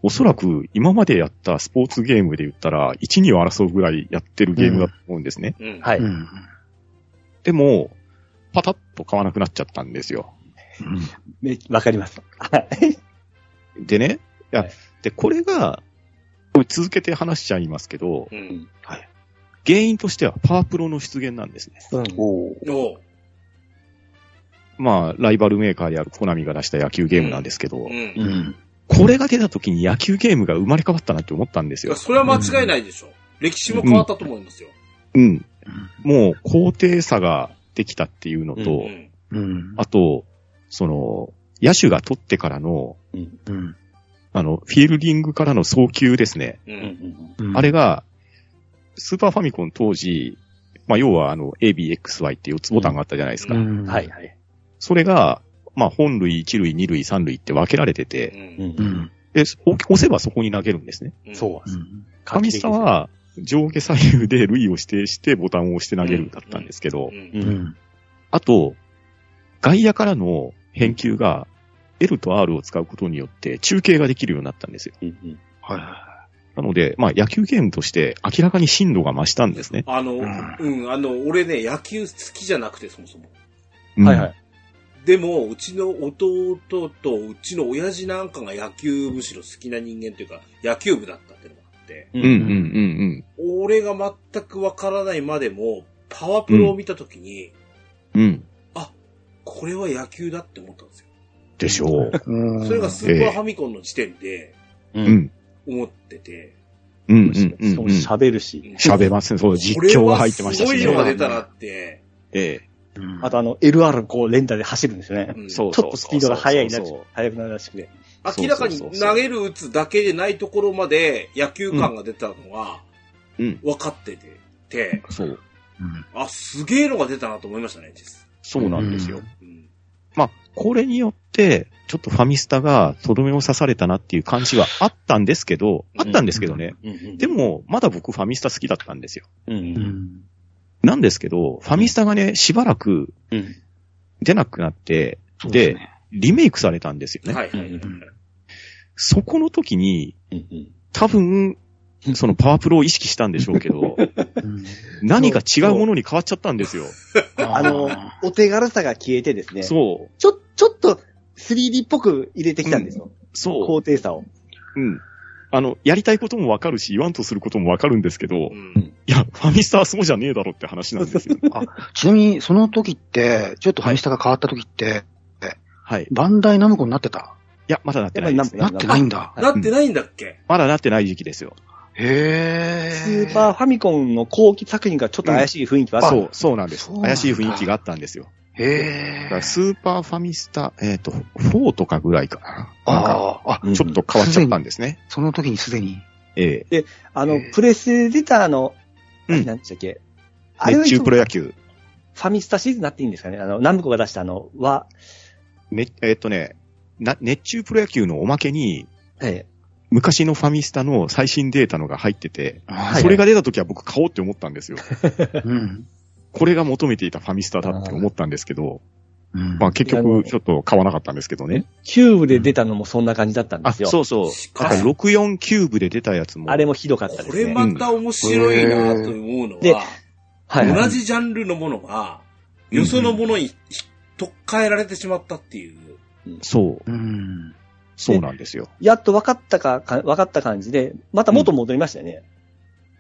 おそらく今までやったスポーツゲームで言ったら、1、2を争うぐらいやってるゲームだと思うんですね。
うん。
はい。
うん。
でも、パタッと買わなくなっちゃったんですよ。
めわかります。はい。
でね、いや、
はい
で、これが、これ続けて話しちゃいますけど、
うん。
原因としてはパワープロの出現なんですね。
おお。
おう
まあ、ライバルメーカーであるコナミが出した野球ゲームなんですけど、
うん。
う
い
ん。
これが出た時に野球ゲームが生まれ変わったなって思ったんです
や
よ。
それは間違いないでしょ。歴史も変わったと思いますよ。
うん。もう、高低差ができたっていうのと、
う
うん。
うん。
あと、その、野手が取ってからの、
うん。
あの、フィールディングからの送球ですね。
う。
うん
あれが、スーパーファミコン当時、まあ、要はあの、ABXY って4つボタンがあったじゃないですか。
うん。
はい。はい。
それが、まあ、本類、一類、二類、三類って分けられてて、
うん。
うん。
で、お押せばそこに投げるんですね。
うん
そうなんで
う
す。
ん。
ファミスタは、上下左右で類を指定してボタンを押して投げるだったんですけど、
うん。
う。
うんん。
あと、外野からの返球が、 L と R を使うことによって中継ができるようになったんですよ。
うんうん
はいは
なので、まあ野球ゲームとして明らかに深度が増したんですね。
あの、
うん
うん、あの、俺ね、野球好きじゃなくて、そもそも。
うん
はいは。い。
でも、うちの弟とうちの親父なんかが野球むしろ好きな人間というか、野球部だったっていうのがあって、
う
うんうんうんうん。
俺が全くわからないまでも、パワープロを見たときに、
うん。
これは野球だって思ったんですよ。
でしょう。
い。うん
それがスーパーファミコンの時点で
うん
うん。
思ってて、
うんうん
し
うん
かも
うん。
喋るし。
喋りますね。そう、実況が入ってました
こ
し
れはす
ね。
ごいのが出たなって、
え
あとあの、LR こう連打で走るんですよね。
うん
え。
ちょっとスピードが速いな
そうそうそう、
速くなるらしくて。
明らかに
そうそうそうそ
投
う
げる打つだけでないところまで野球感が出たのが
うん。
分かってて、て
そう。
うん
あ、すげえのが出たなと思いましたね、実際。
そうなんですよ。
うん
まあ、これによって、ちょっとファミスタがとどめを刺されたなっていう感じはあったんですけど、あったんですけどね。でも、まだ僕ファミスタ好きだったんですよ。
うん、う。
うんん
なんですけど、ファミスタがね、しばらく
うん。
出なくなって、
そう
です
ね
リメイクされたんですよね。
はいはいはいはい。
うん
そこの時に、
うん。
多分、そのパワープロを意識したんでしょうけ ど、
うん
何か違うものに変わっちゃったんですよ。
あの、お手軽さが消えてですね。
そう。
ちょ、ちょっと 3D っぽく入れてきたんですよ。
そ
高低差を。
う。うん。あの、やりたいこともわかるし、言わんとすることもわかるんですけど、
う
い
ん
や、ファミスタはそうじゃねえだろって話なん ですよ。
ちなみに、その時って、ちょっとファミスタが変わった時って、
はい。い
バンダイナムコになってた
や、まだなってないですね。
や
な
っぱり
ってないんだ。
なってないんだっけ
まだなってない時期ですよ。
へ
ス
ー。
ーパーファミコンの後期作品がちょっと怪しい雰囲気はあった
そう、そうなんです
そう。なんだ
怪しい雰囲気があったんですよ。だ
へ
か
ー。
らスーパーファミスタ、えっ、と、4とかぐらいかな。なんか、
あーあ、
うん
ちょっと変わっちゃったんですね。
その時にすでに。
え
あの
え、ー
プレスで出たあの、
うん
何でしたっけ
え
あれは一
熱
応
中プロ
フ
野球。
ァミスタシリーズになっていいんですかねあの、ナムコが出したあの、は、
ね、えっ、とね、な、熱中プロ野球のおまけに、
え
昔のファミスタの最新データのが入ってて、
は
はい
それが出た時は僕買おうって思った んですよ。
うん。
これが求めていたファミスタだって思ったんですけど、
うん
まあ結局ちょっと買わなかったんですけどね。
えキューブで出たのもそんな感じだったんで
あ、
すよ。
そうそう。
し
だ
か
から
し、こ
64キューブで出たやつも。
れもひどかったです
れ
ね。
また面白いなと思うの
で
は、
はいはい。
同じジャンルのものが、よそのものに取っ換えられてしまったっていう。
そ
う
う。
ん。
そうなんですよ。
やっと分かったか、か分かった感じで、また元戻りましたよね。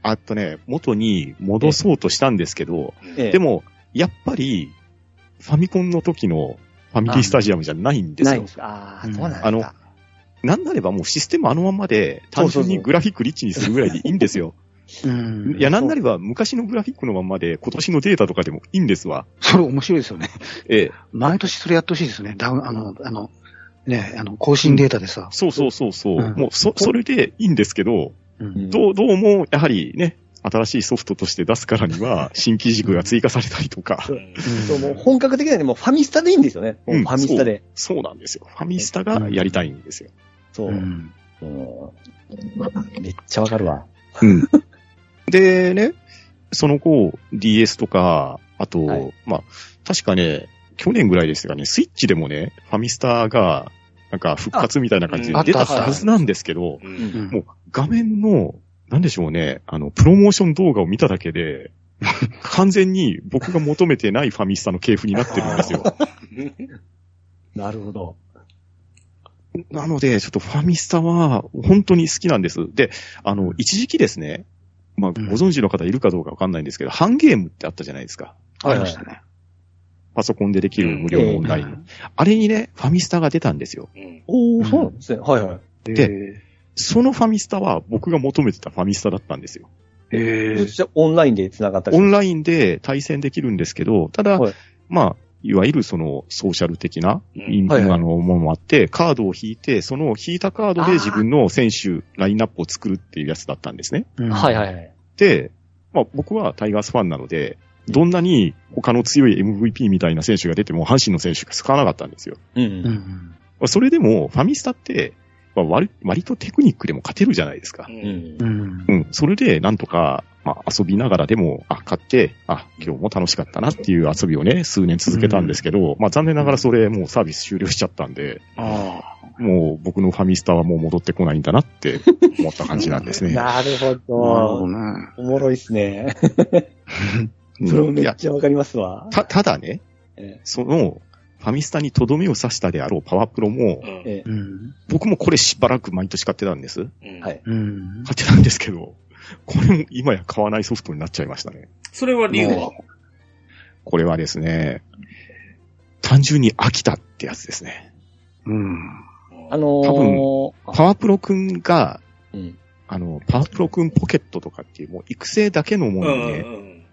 あとね、元に戻そうとしたんですけど、
ええ
でも、やっぱり、ファミコンの時のファミリースタジアムじゃないんです
ないん
よ
で。すか。あ
う
あ、
ん
そうなんですか。
あの、なんなればもうシステムあのまんまで、単純にグラフィックリッチにするぐらいでいいんですよ。
うん。
いや、なんなれば昔のグラフィックのまんまで、今年のデータとかでもいいんですわ。
それ面白いですよね。
ええ。
毎年それやってほしいですね。ダウン、あの、あの、ね、あの、更新データでさ。
そうそうそうそう。
うん
もう、そ、それでいいんですけど、
うん
どう、どうも、やはりね、新しいソフトとして出すからには、新規軸が追加されたりとか
う、んそう、もう
うん
本格的なね、もうファミスタでいいんですよね。もううんファミスタで。
そうなんですよ。ファミスタがやりたいんですよ。
そうう。
ん。
うんめっちゃわかるわ。
うん。 でね、その後、DS とか、あと、
はい
まあ、確かね、去年ぐらいですがね、スイッチでもね、ファミスタが、なんか復活みたいな感じ
あう
で
ん
出
あ
た
ったあった
はずなんですけど、
う
うん
ん
うん
もう画面の、なんでしょうね、あの、プロモーション動画を見ただけで、完全に僕が求めてないファミスタの系譜になってるんですよ。
なるほど。
なので、ちょっとファミスタは本当に好きなんです。で、あの、一時期ですね、まあ、ご
ん
存知の方いるかどうかわかんないんですけど、ハンゲームってあったじゃないですか。
ありましたね。
パソコンでできる無料のオンライン。
うん
あれにね、ファミスタが出たんですよ。
うん
お
うん
ー、そうなんですね。はいはい。
で、
そのファミスタは僕が求めてたファミスタだったんですよ。
えー
じゃあオンラインで繋がったり
オ
する
ンラインで対戦できるんですけど、ただ、
はい
まあ、いわゆるそのソーシャル的な、
うん
イン
はいはい
あのものもあって、カードを引いて、その引いたカードで自分の選手、ラインナップを作るっていうやつだったんですね。
うん
はいはいはい。
で、まあ僕はタイガースファンなので、どんなに他の強い MVP みたいな選手が出ても阪神の選手が使わなかったんですよ。
う。
うんん。
まあそれでもファミスタって、まあ割割とテクニックでも勝てるじゃないですか
う。
うんん
う。ん
うん。それでなんとか、まあ、遊びながらでも、あ、買って、あ、今日も楽しかったなっていう遊びをね、数年続けたんですけど、まあ、残念ながらそれ、もうサービス終了しちゃったんで、
あ
もう僕のファミスタはもう戻ってこないんだなって思った感じなんです ね。
なるほど。
あ。なるほどね。
おもろいっすね。
うん
それめ
い
っ
や
ちゃわかりますわ。
た、ただね、
え
その、ファミスタにとどめを刺したであろうパワープロも
う、ん
え
うん。
僕もこれしばらく毎年買ってたんです。
うん
はい
うん。
買ってたんですけど、これも今や買わないソフトになっちゃいましたね。
それは理由は
これはですね、単純に飽きたってやつですね。
うん。
あの
多
ー、
パワープロくんが、
うん
あの、パワープロくんポケットとかっていう、もう育成だけのも
う
の
ん
に
うん
ね、
うん。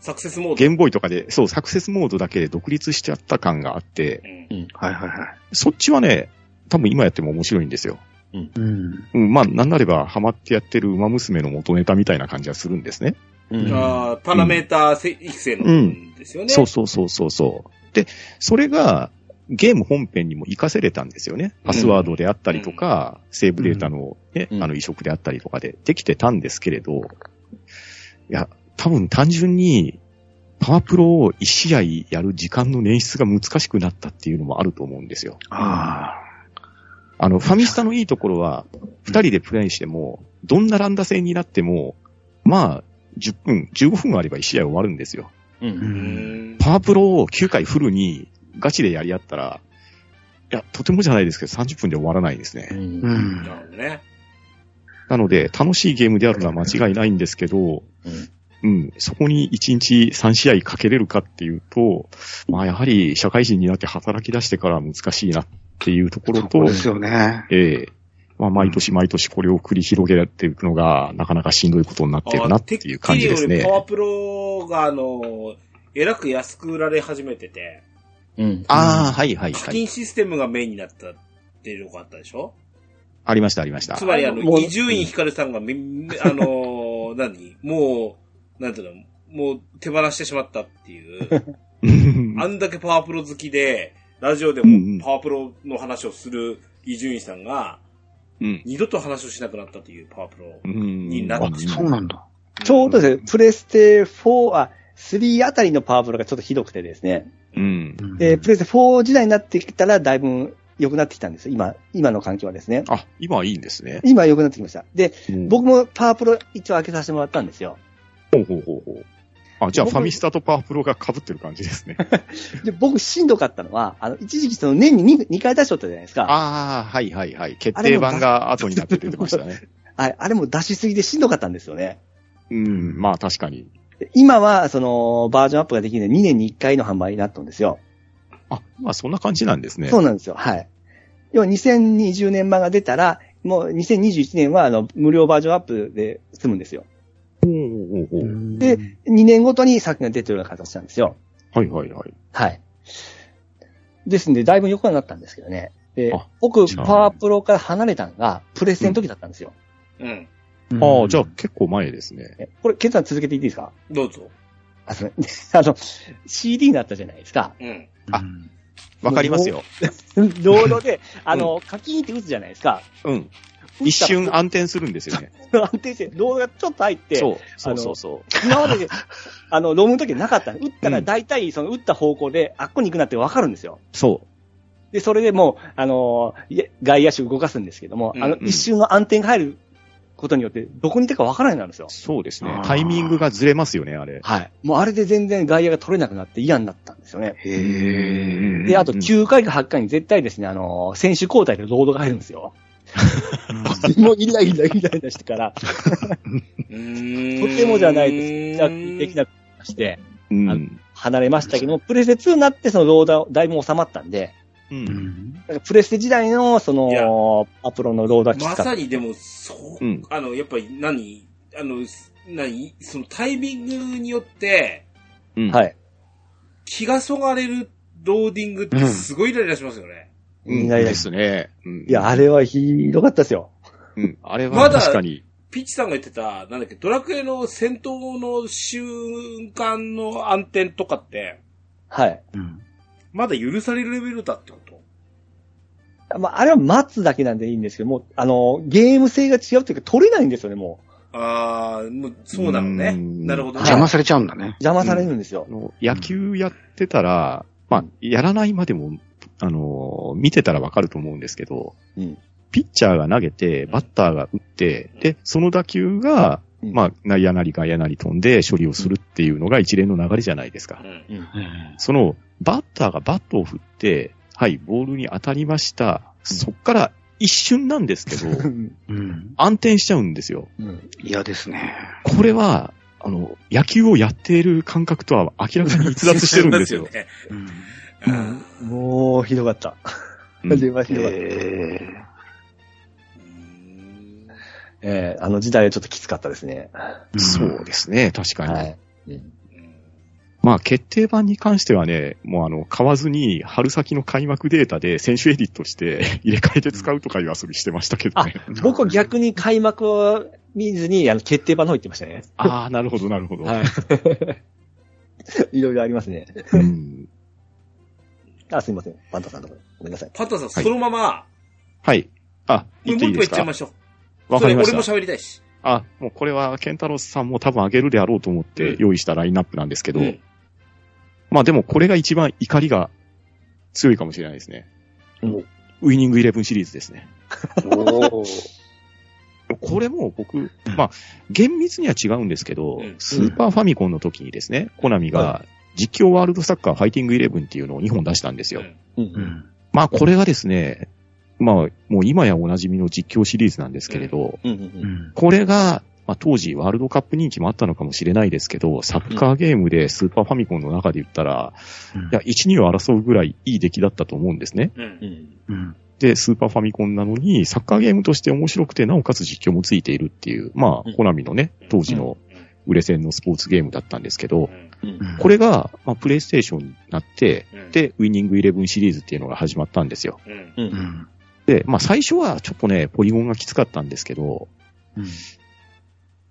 サクセスモー
ゲームボーイとかで、そう、サクセスモードだけで独立しちゃった感があって、
ド。うん
はいはいは
そっちはね、多分今やっても面白いんですよ。
い。うん。
うん、まあ、なんなれば、ハマってやってる馬娘の元ネタみたいな感じはするんですね。
うん
ああ、パラメーター育成のんですよね。
そうそうそうそうそう。で、それが、ゲーム本編にも活かせれたんですよね。パスワードであったりとか、セーブデータの,、ね
うん
あの移植であったりとかでできてたんですけれど、いや、多分単純に、パワープロを1試合やる時間の捻出が難しくなったっていうのもあると思うんですよ。
あ
あの、ファミスタのいいところは、二人でプレイしても、どんなランダ戦になっても、まあ、10分、15分あれば1試合終わるんですよ。
う
あ。
ん。
う
うん。
ん。
パワープロを9回フルにガチでやり合ったら、いや、とてもじゃないですけど30分で終わらないです
う
ね。
ん
う。
なんるほどね。
なので、楽しいゲームであるのは間違いないんですけど、うん、そこに1日3試合かけれるかっていうと、まあやはり社会人になって働き出してからは難しいなっていうところ
そ
と
こ、ですよね。
ええまあ、毎年毎年これを繰り広げていくのが、なかなかしんどいことになっているなっていう感じで
てっ
す
きりより
ね
パ。ワープロが、あの、えらく安く売られ始めてて、
うん。
ああ、はいはい
課
はい。
金システムがメインになったっていうのがあったでしょ
ありましたありました
つ。まり、あ
も
の、
う
伊集院光さんがめ、めあの、 何もう、なんていうの、もう手放してしまったって いう、あんだけパワープロ好きで、ラジオで
うんうん
もパワープロの話をする伊集院さんが、
うん
二度と話をしなくなったというパワープロ。
に
なっ
あ、そうなんだ。
ちょうどですね、プレステ4、あ、3あたりのパワープロがちょっとひどくてですね。
うん。
で、
うん
プレステ4時代になってきたら、だいぶ良くなってきたんですよ。今、今の環境はですね。
あ、今はいいんですね。
今良くなってきました。で、
うん、
僕もパワープロ一応開けさせてもらったんですよ。
ほうほうほうほう。あ、じゃあフ
僕
ァミスタとパワープロが被ってる感じですね。
で、僕しんどかったのは、あの、一時期その年に 2, 回出しとったじゃないですか。あ
ああ、はいはいはい。決定版が後になって出てましたね。
れあれも出しすぎでしんどかったんですよね。
うん、まあ確かに。
で今は、その、バージョンアップができるんで、2年に1回の販売になったんですよ。
あ、まあそんな感じなんですね。
そうなんですよ。はい。要は2020年版が出たら、もう2021年はあの無料バージョンアップで済むんですよ。
ほうほうほう
で、2年ごとに作品が出てるような形なんですよ。
はいはいはい。
はい。ですんで、だいぶ良くはなったんですけどね。で
あ、
僕、
じ
パ
ゃあ
ワープロから離れたのが、プレステの時だったんですよ。
うん。
ああ、じゃあ結構前ですね。
えこれ、ケンさん続けていいですか
どうぞ。
あ、すみません あの、CD になったじゃないです か。
うん。
あわかりますよ。
ロードで、あの、課金って打つじゃないですか。
うん。一瞬暗転するんですよね。
安定して、ロードがちょっと入って、
そう、そうそうそう。
今 までで、あの、ロムの時はなかったの。打ったら大体、その打った方向で、あっこに行くなってわかるんですよ。
そ
で、それでもう、あのーいえ外野手動かすんですけども、
うん
あの、
うん
一瞬の暗転が入ることによって、どこにいたかわからないようになるんですよ
う。。そうですね
あ。ー
タイミングがずれますよね、あれ。
はい。もうあれで全然外野が取れなくなって嫌になったんですよね。
へ
で、あと
うん
9回か8回に絶対ですね、あのー選手交代でロードが入るんですよ。もうイライライライラしてから、と
うーん
てもじゃないです。できなくなりまして、
うん。
あ離れましたけども、プレステ2になってそのロードはだいぶ収まったんで、
う。
うんん。
なんかプレステ時代の、そ
いや
の、アプロのロードはきつか
ま
った。
さにでも、そう、
うん
あの、やっぱり何、あの、す何、そのタイミングによって、
うん。
はい。
気がそがれるローディングってすごいイライラしますよね。
うん。
いやいや
ですね。うん
いや、、あれはひどかったですよ。
うん。あれ
ま
は
だ
確かに。
ピッチさんが言ってた、なんだっけ、ドラクエの戦闘の瞬間の暗転とかって、
はい。
うん
まだ許されるレベルだってこと
まあ、あれは待つだけなんでいいんですけども、あの、ゲーム性が違うというか、取れないんですよね、もう。
ああ、もう、そうなのね。
うん
なるほどね。
邪魔されちゃうんだね。
邪魔されるんですよ
あ。の野球やってたら、まあ、やらないまでも、あのー、見てたらわかると思うんですけど、
うん
ピッチャーが投げて、バッターが打って、で、その打球が、
うん
まあ、内野なり外野なり飛んで処理をするっていうのが一連の流れじゃないですか。
うん。。
その、バッターがバットを振って、はい、ボールに当たりました。
うん
そっから一瞬なんですけ
う
ど、
ん
うん。
暗転しちゃうんですよ。
うん
嫌ですね。
これは、あの、野球をやっている感覚とは明らかに逸脱してるんですよ
ね。
うん。
うん
もう、ひどかった。
うん
ひどかった。
えー
えーあの時代はちょっときつかったですね。
うん
そうですね、確かに。
はい。うん
まあ、決定版に関してはね、もうあの、買わずに、春先の開幕データで選手エディットして 入れ替えて使うとかいう遊びしてましたけどね。
僕は逆に開幕を見ずに、あの、決定版の方行ってましたね。
ああー、なるほど、なるほど。
はい。いろいろありますね。
うん
あ、すいません。パンタさんのとこごめんなさい。
パンタさん、
はい
そのまま、
はい。あ、
も
言
う
ってい
一個
いで
いっ
す
ちゃいま
か
しょう。
わかりまし
それ
た。
俺も喋りたいし。
あ、もうこれは、ケンタロウさんも多分あげるであろうと思って用意したラインナップなんですけど、
うん
まあでもこれが一番怒りが強いかもしれないですね。
うん
ウイニングイレブンシリーズですね。
お
これも僕、まあ、厳密には違うんですけど、
うん
スーパーファミコンの時にですね、コナミ
は
が実況ワールドサッカーファイティングイレブンっていうのを2本出したんですよ。
うん
う。
うんん。
まあ、これがですね、まあ、もう今やおなじみの実況シリーズなんですけれど、
うん。う。
うんん。
これが、まあ、当時ワールドカップ人気もあったのかもしれないですけど、サッカーゲームでスーパーファミコンの中で言ったら、いや、1、2を争うぐらいいい出来だったと思うんですね。
う。
うんん。
うん。
で、スーパーファミコンなのに、サッカーゲームとして面白くて、なおかつ実況もついているっていう、ま
う
あ
ん、
コナミのね、当時の売れ線のスポーツゲームだったんですけど、
うん。
うん
これが、まあ、プレイステーションになって、
うん、
で、ウィニングイレブンシリーズっていうのが始まったんですよ。
うん、
う。
うんん。
で、まあ、最初はちょっとね、ポリゴンがきつかったんですけど、
うん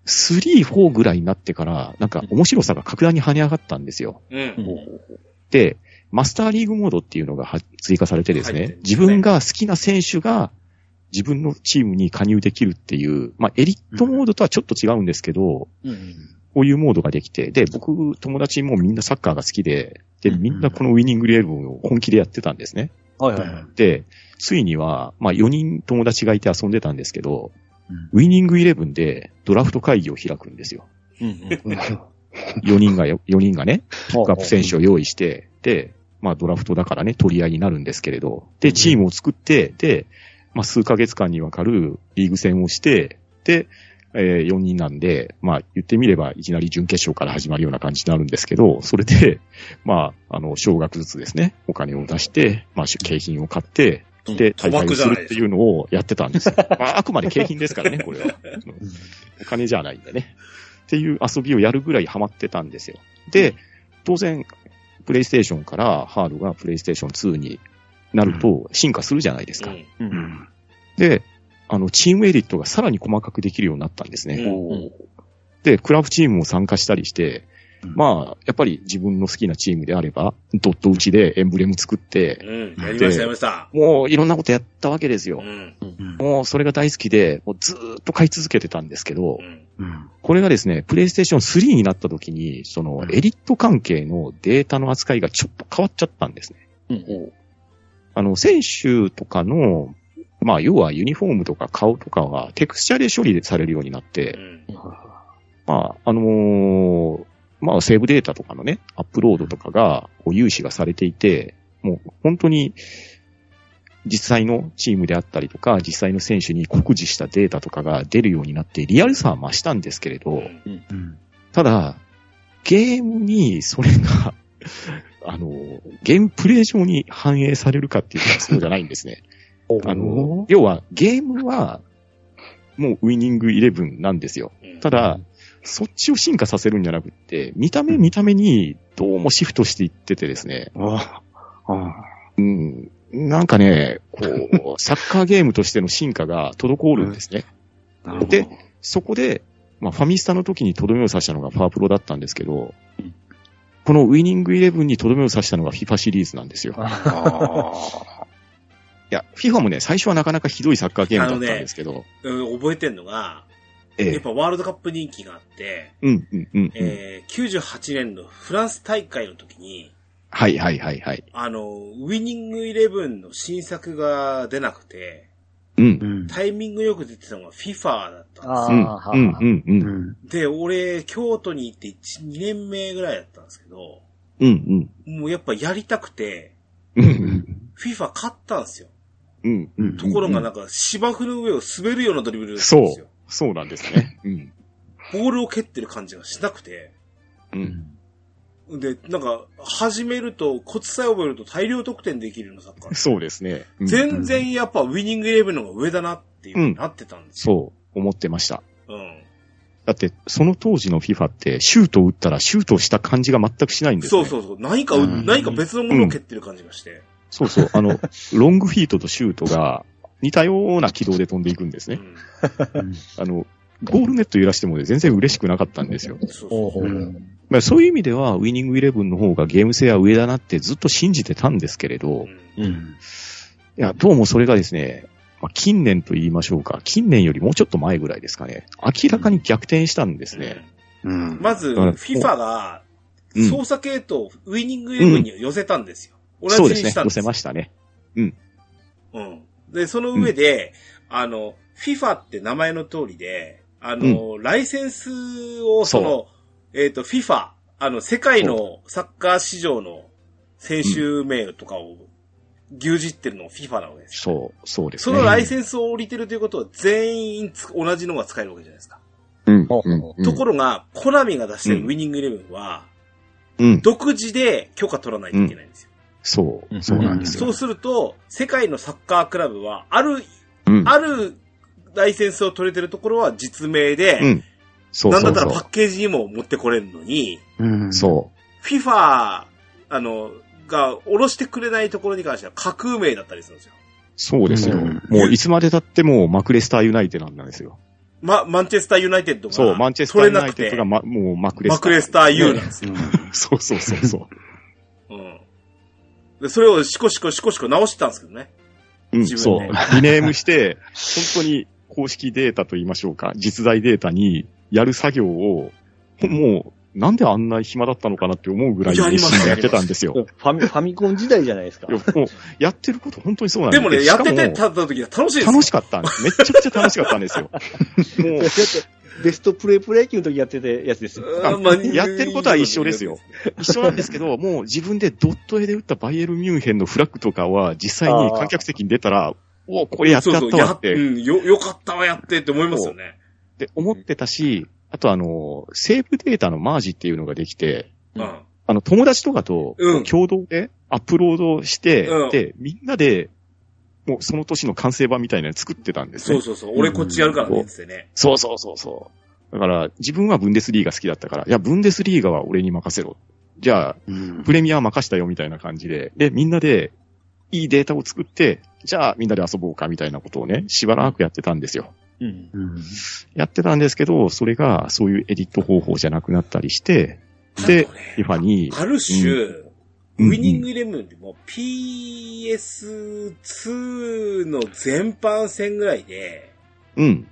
3、4ぐらいになってから、なんか面白さが格段に跳ね上がったんですよ。
うん、うん、
で、マスターリーグモードっていうのがは追加されてで
入っ
す
て
ね
る、んですね
自分が好きな選手が自分のチームに加入できるっていう、まあエリットモードとはちょっと違うんですけど、
うん。
こういうモードができて、で、僕、友達もみんなサッカーが好きで、で、
うん
みんなこのウィニングレールを本気でやってたんですね。
はいうはいはい
ん。
で、ついには、まあ4人友達がいて遊んでたんですけど、
うん
ウィニングイレブンでドラフト会議を開くんですよ。
うん。
4人が、4人がね、ピックアップ選手を用意して、で、まあドラフトだからね、取り合いになるんですけれど、で、チームを作って、で、まあ数ヶ月間にわかるリーグ戦をして、で、え4人なんで、まあ言ってみればいきなり準決勝から始まるような感じになるんですけど、それで、まあ、あの、少額ずつですね、お金を出して、まあ景品を買って、で、
賭
大会
博じ
をす
ゃない
る
で
っ
す
て
か
いうのをやってたんですよ。まあ、あくまで景品ですからね、これは。うんお金じゃないんだね。っていう遊びをやるぐらいハマってたんですよ。で、当然、プレイステーションからハードがプレイステーション2になると進化するじゃないですか。
う。
うんん。
で、あの、チームエディットがさらに細かくできるようになったんですね。
うん
うん
で、クラブチームも参加したりして、
うん
まあ、やっぱり自分の好きなチームであれば、ドット打ちでエンブレム作って、
うん、やりました、やりました。
もういろんなことやったわけですよ
う。ん、
うん。
もうそれが大好きで、もうずーっと買い続けてたんですけど
う、ん、
うん。
これがですね、プレイステーション3になった時に、その
うん
エリット関係のデータの扱いがちょっと変わっちゃったんですね。
うん。
あの、選手とかの、まあ、要はユニフォームとか顔とかがテクスチャで処理されるようになっ
う
て、
ん、
まあ、あのーまあ、セーブデータとかのね、アップロードとかが、こう、有志がされていて、もう、本当に、実際のチームであったりとか、実際の選手に酷似したデータとかが出るようになって、リアルさは増したんですけれど、
うん
うん。
ただ、ゲームにそれが、 あの、ゲームプレイ上に反映されるかっていうとそうじゃない んですね。あの、要はゲームは、もうウィニングイレブンなんですよ。
うん
ただ、そっちを進化させるんじゃなくって、見た目見た目にどうもシフトしていっててですね、
ああ。あ
うん、なんかね、 こう、サッカーゲームとしての進化が滞るんですね。
あ。なるほ
で
ど。
そこで、まあ、ファミスタの時にとどめを刺したのがパワープロだったんですけど
うん、
このウィニングイレブンにとどめを刺したのが FIFA シリーズなんですよ。
あ
あ
いや、FIFA もね、最初はなかなかひどいサッカーゲームだったんですけど、
うん覚えてんのが、
え
やっ
え。
ぱワールドカップ人気があって、
うん、うん、うん。うん
えー、98年のフランス大会の時に、
はい、はい、はい、はい。
あの、ウィニングイレブンの新作が出なくて、
うん。
うん。
タイミングよく出てたのが FIFA だったん
あ
う
ー
ん、
はあ
うん、うん、う。
うんん。
です。で、俺、京都に行って1、2年目ぐらいだったんですけど、
うん、
もうやっぱやりたくて、
うん。う、
うんん。
FIFA 勝ったんですよ。
うん。
うん
ところがなんか芝生の上を滑るようなドリブルだったん
そ
ですよ
う。。そうなんですね。うん。
ボールを蹴ってる感じがしなくて。
うん。
で、なんか、始めると、コツさえ覚えると大量得点できるの、サッカー。
そうですね。うん
全然やっぱウィニングイレブンの方が上だなっていう風になってたんですよ。
そう、思ってました。
うん。
だって、その当時の FIFA って、シュートを打ったらシュートをした感じが全くしないんです
そ
ね。。
うそううそう。何か、
うん
何か別のものを蹴ってる感じがして。
そうそう。あの、ロングフィートとシュートが似たような軌道で飛んでいくんです
う
ね。
ん。
あの、ゴールネット揺らしてもね全然嬉しくなかったんですよ。
そう
ほうほ
そ
うほう
まあ、そういう意味では、ウィニングイレブンの方がゲーム性は上だなってずっと信じてたんですけれ
う。う
ど、い
ん
うん。
や、どうもそれがですね、まあ、近年と言いましょうか、近年よりもうちょっと前ぐらいですかね、明らかに逆転したんですね。
うん。
まず、
だから
FIFA が、
うん
操作系統、ウィニングイレブンに寄せたんですよ。
そ
同
うで
じに
すね
し、たんで
寄
す
せ
よ。
ましたね。
うん。で、その上で、あの、FIFA って名前の通りで、あの、ライセンスを、その、えっ、と、FIFA、あの、世界のサッカー市場の選手名とかを牛耳ってるのが FIFA なわけですよ。
そう、そうです
そ
ね。
のライセンスを降りてるということは全員つ同じのが使えるわけじゃないですか。
うん
ほうほう
うん
ところが、コナミが出してる
うん
ウィニングイレブンは、
うん。
独自で許可取らないといけないんですよ。
そうう、
ん
そうなんです
そう
よ。
すると、世界のサッカークラブは、ある
うん。
あるライセンスを取れてるところは実名で、
うん。そう
なんだっ
そう
たら
そ
パッケージにも持ってこれるのに、
うん。
う。そ
FIFA、あの、が下ろしてくれないところに関しては架空名だったりするんですよ。
う。そうですよ。
うん
もういつまで経ってもマクレスターユナイテッドなんですよ。
ま、マンチェスターユナイテッドが、
そう、マンチェスターユナイテッドが、
取
ま、もうマク
れ
レスター。
なくてマクレスターユなん
ね
です
う
よ。
ん。
そうそうそうそ
うん。で、それをシコシコシコシコ直してたんですけどね。
う。うん、
自
そう。
分で
リネームして、本当に公式データと言いましょうか、実在データにやる作業を、ほもう、なんであんな暇だったのかなって思うぐらい
やりました
熱心にやってたんです よ。
ファミ、ファミコン時代じゃないですか
い。やもうやってること本当にそうなん
でもね、
し
やっ
か
てて立った時は楽しいですよ。
楽しかったんです。めっちゃくちゃ楽しかったんですよ。もう
だっ、てベストプレイプレイ級の時やってたやつですよ。
うん
あやってることは一緒ですよ。一緒なんです けど、もう自分でドット絵で打ったバイエルミュンヘンのフラッグとかは、実際に観客席に出たら、おお、これやっち
そう
ゃっ
そう、
たわ
や
っ
ってて、うん、よ、よかったわ、やってって思いますよね。
って思ってたし、あとあの、セーブデータのマージっていうのができて、
う
うんん。
あの、友達とかと
うん、
共同でアップロードして、
うん
で、みんなで、もうその年の完成版みたいなの作ってたんです
そ
ね
う。そうそう。俺こっちやるからね、
うん
つってね。
そうそうそうそう。だから、自分はブンデスリーガ好きだったから、いや、ブンデスリーガは俺に任せろ。じゃあ、
うん
プレミア任したよみたいな感じで、で、みんなで、いいデータを作って、じゃあみんなで遊ぼうかみたいなことをね、しばらくやってたんですよ。
うん。
うん。
やってたんですけど、それがそういうエディット方法じゃなくなったりして、で
あとね、
リファに、
ある種、
うん
ウィニングイレブンでも PS2 の全般戦ぐらいで、
うん。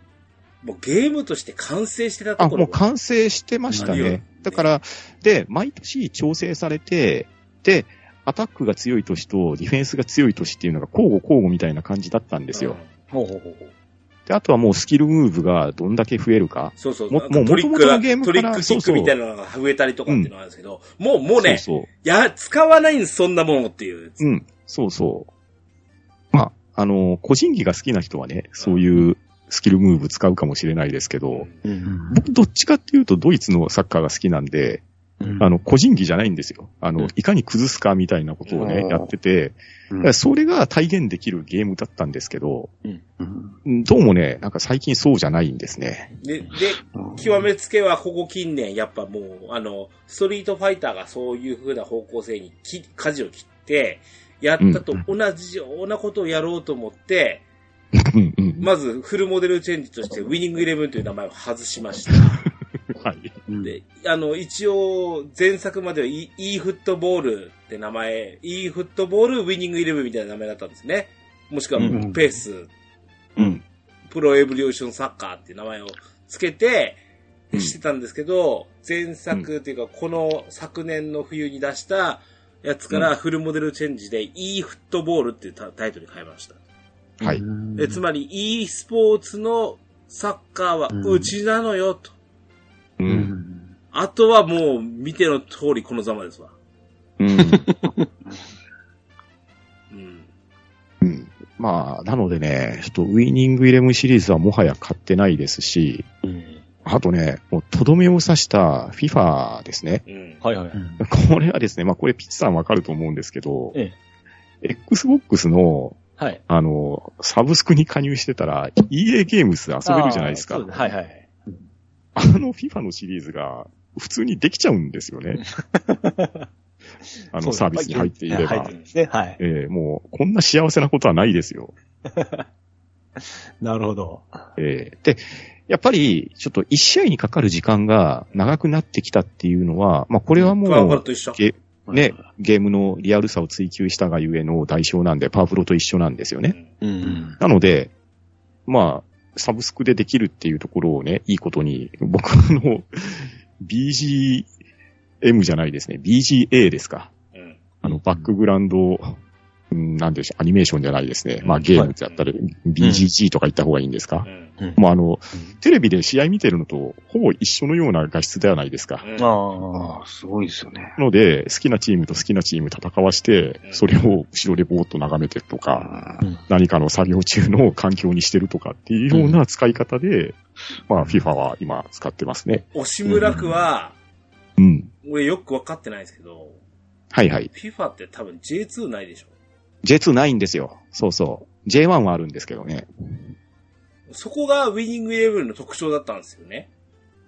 もうゲームとして完成してた
あ、
ところ
もう完成してました
何より
ね。だから、で、毎年調整されて、で、アタックが強い年とディフェンスが強い年っていうのが交互交互みたいな感じだったんで
です
よ。。
ほうほうほうほう。
で、あとはもうスキルムーブがどんだけ増えるか。
そうそう。
も
なんかトリッ
も
ク
ともとの
が、
ゲームか
ト
ら
リックキックみたいなのが増えたりとかっていうのがあるんですけど、もう、もうね
そうそう。
や、使わないんです、そんなものっていう。
うん、そうそう。まあ、あの、個人技が好きな人はね、そういうスキルムーブ使うかもしれないですけど、
う。
うんん
僕どっちかっていうとドイツのサッカーが好きなんで、
うん
あの、個人技じゃないんですよ。あ
う
の
ん、
いかに崩すかみたいなことを
う
ね
ん、
やってて、
う
だ
ん
からそれが体現できるゲームだったんですけど、
うん、
うんどうもね、なんか最近そうじゃないんですね。
で、で、極めつけはここ近年、やっぱもう、あの、ストリートファイターがそういう風な方向性にき、舵を切って、やったと同じようなことをやろうと思って、
うんうん。
まずフルモデルチェンジとして、ウィニングイレブンという名前を外しました。
はい。
で、あの、一応、前作までは E フットボールって名前、E フットボールウィニングイレブンみたいな名前だったんですね。もしくは
うん
ペース、
うん。
プロエブリューションサッカーっていう名前をつけて、
うん
してたんですけど、前作っていうか、この昨年の冬に出したやつからフルモデルチェンジで e フットボールっていうタタイトルに変えました。
はい。
えつまり e スポーツのサッカーは
うん
うちなのよと。
う。
うんん。
あとはもう見ての通りこのざまですわ。
うん。
うん。
うん。まあ、なのでね、ちょっとウィニングイレブンシリーズはもはや買ってないですし、
うん。
あとね、もうとどめを刺した FIFA ですね。
うん。
はいはい。
これはですね、まあこれピッツさんわかると思うんですけど、
え
Xbox の、
はい。
あの、サブスクに加入してたら EA ゲームス遊べるじゃないですか。
あーそうはいはい。
あの FIFA のシリーズが普通にできちゃうんです よね。あ
そう
のサービスに入っていれ
入っ
ば
てる。んですね。はい。
えーもう、こんな幸せなことはないですよ。
なるほど。
えーで、やっぱり、ちょっと一試合にかかる時間が長くなってきたっていうのは、まあこれはも
ワンワン
う、
と一緒。
ゲね、ゲームのリアルさを追求したがゆえの代償なんで、パワプロと一緒なんですよ
う
ね。
ん
う。
うんん。
なので、まあ、サブスクでできるっていうところをね、いいことに、 僕の BGM じゃないですね、BGA ですか。
うん。
あの、バックグラウンド、うん、なんていうんでしょう、アニメーションじゃないですね。まあゲームだったら BGG とか言った方がいいんですか
う。ん。
もうあの、テレビで試合見てるのとほぼ一緒のような画質ではないですか。
うん
あ
ああ、すごいですよね。
ので、好きなチームと好きなチーム戦わして
う、ん
それを後ろでぼーっと眺めてとか、
あ
何かの作業中の環境にしてるとかっていうような使い方で、まあ FIFA は今使ってますね。
押村区は、
うん。
俺よく分かってないんですけど、
はいはい。
FIFA って多分 J2 ないでしょ。
J2 ないんですよ。そうそう。J1 はあるんですけどね。
そこがウィニングイレブンの特徴だったんですよね。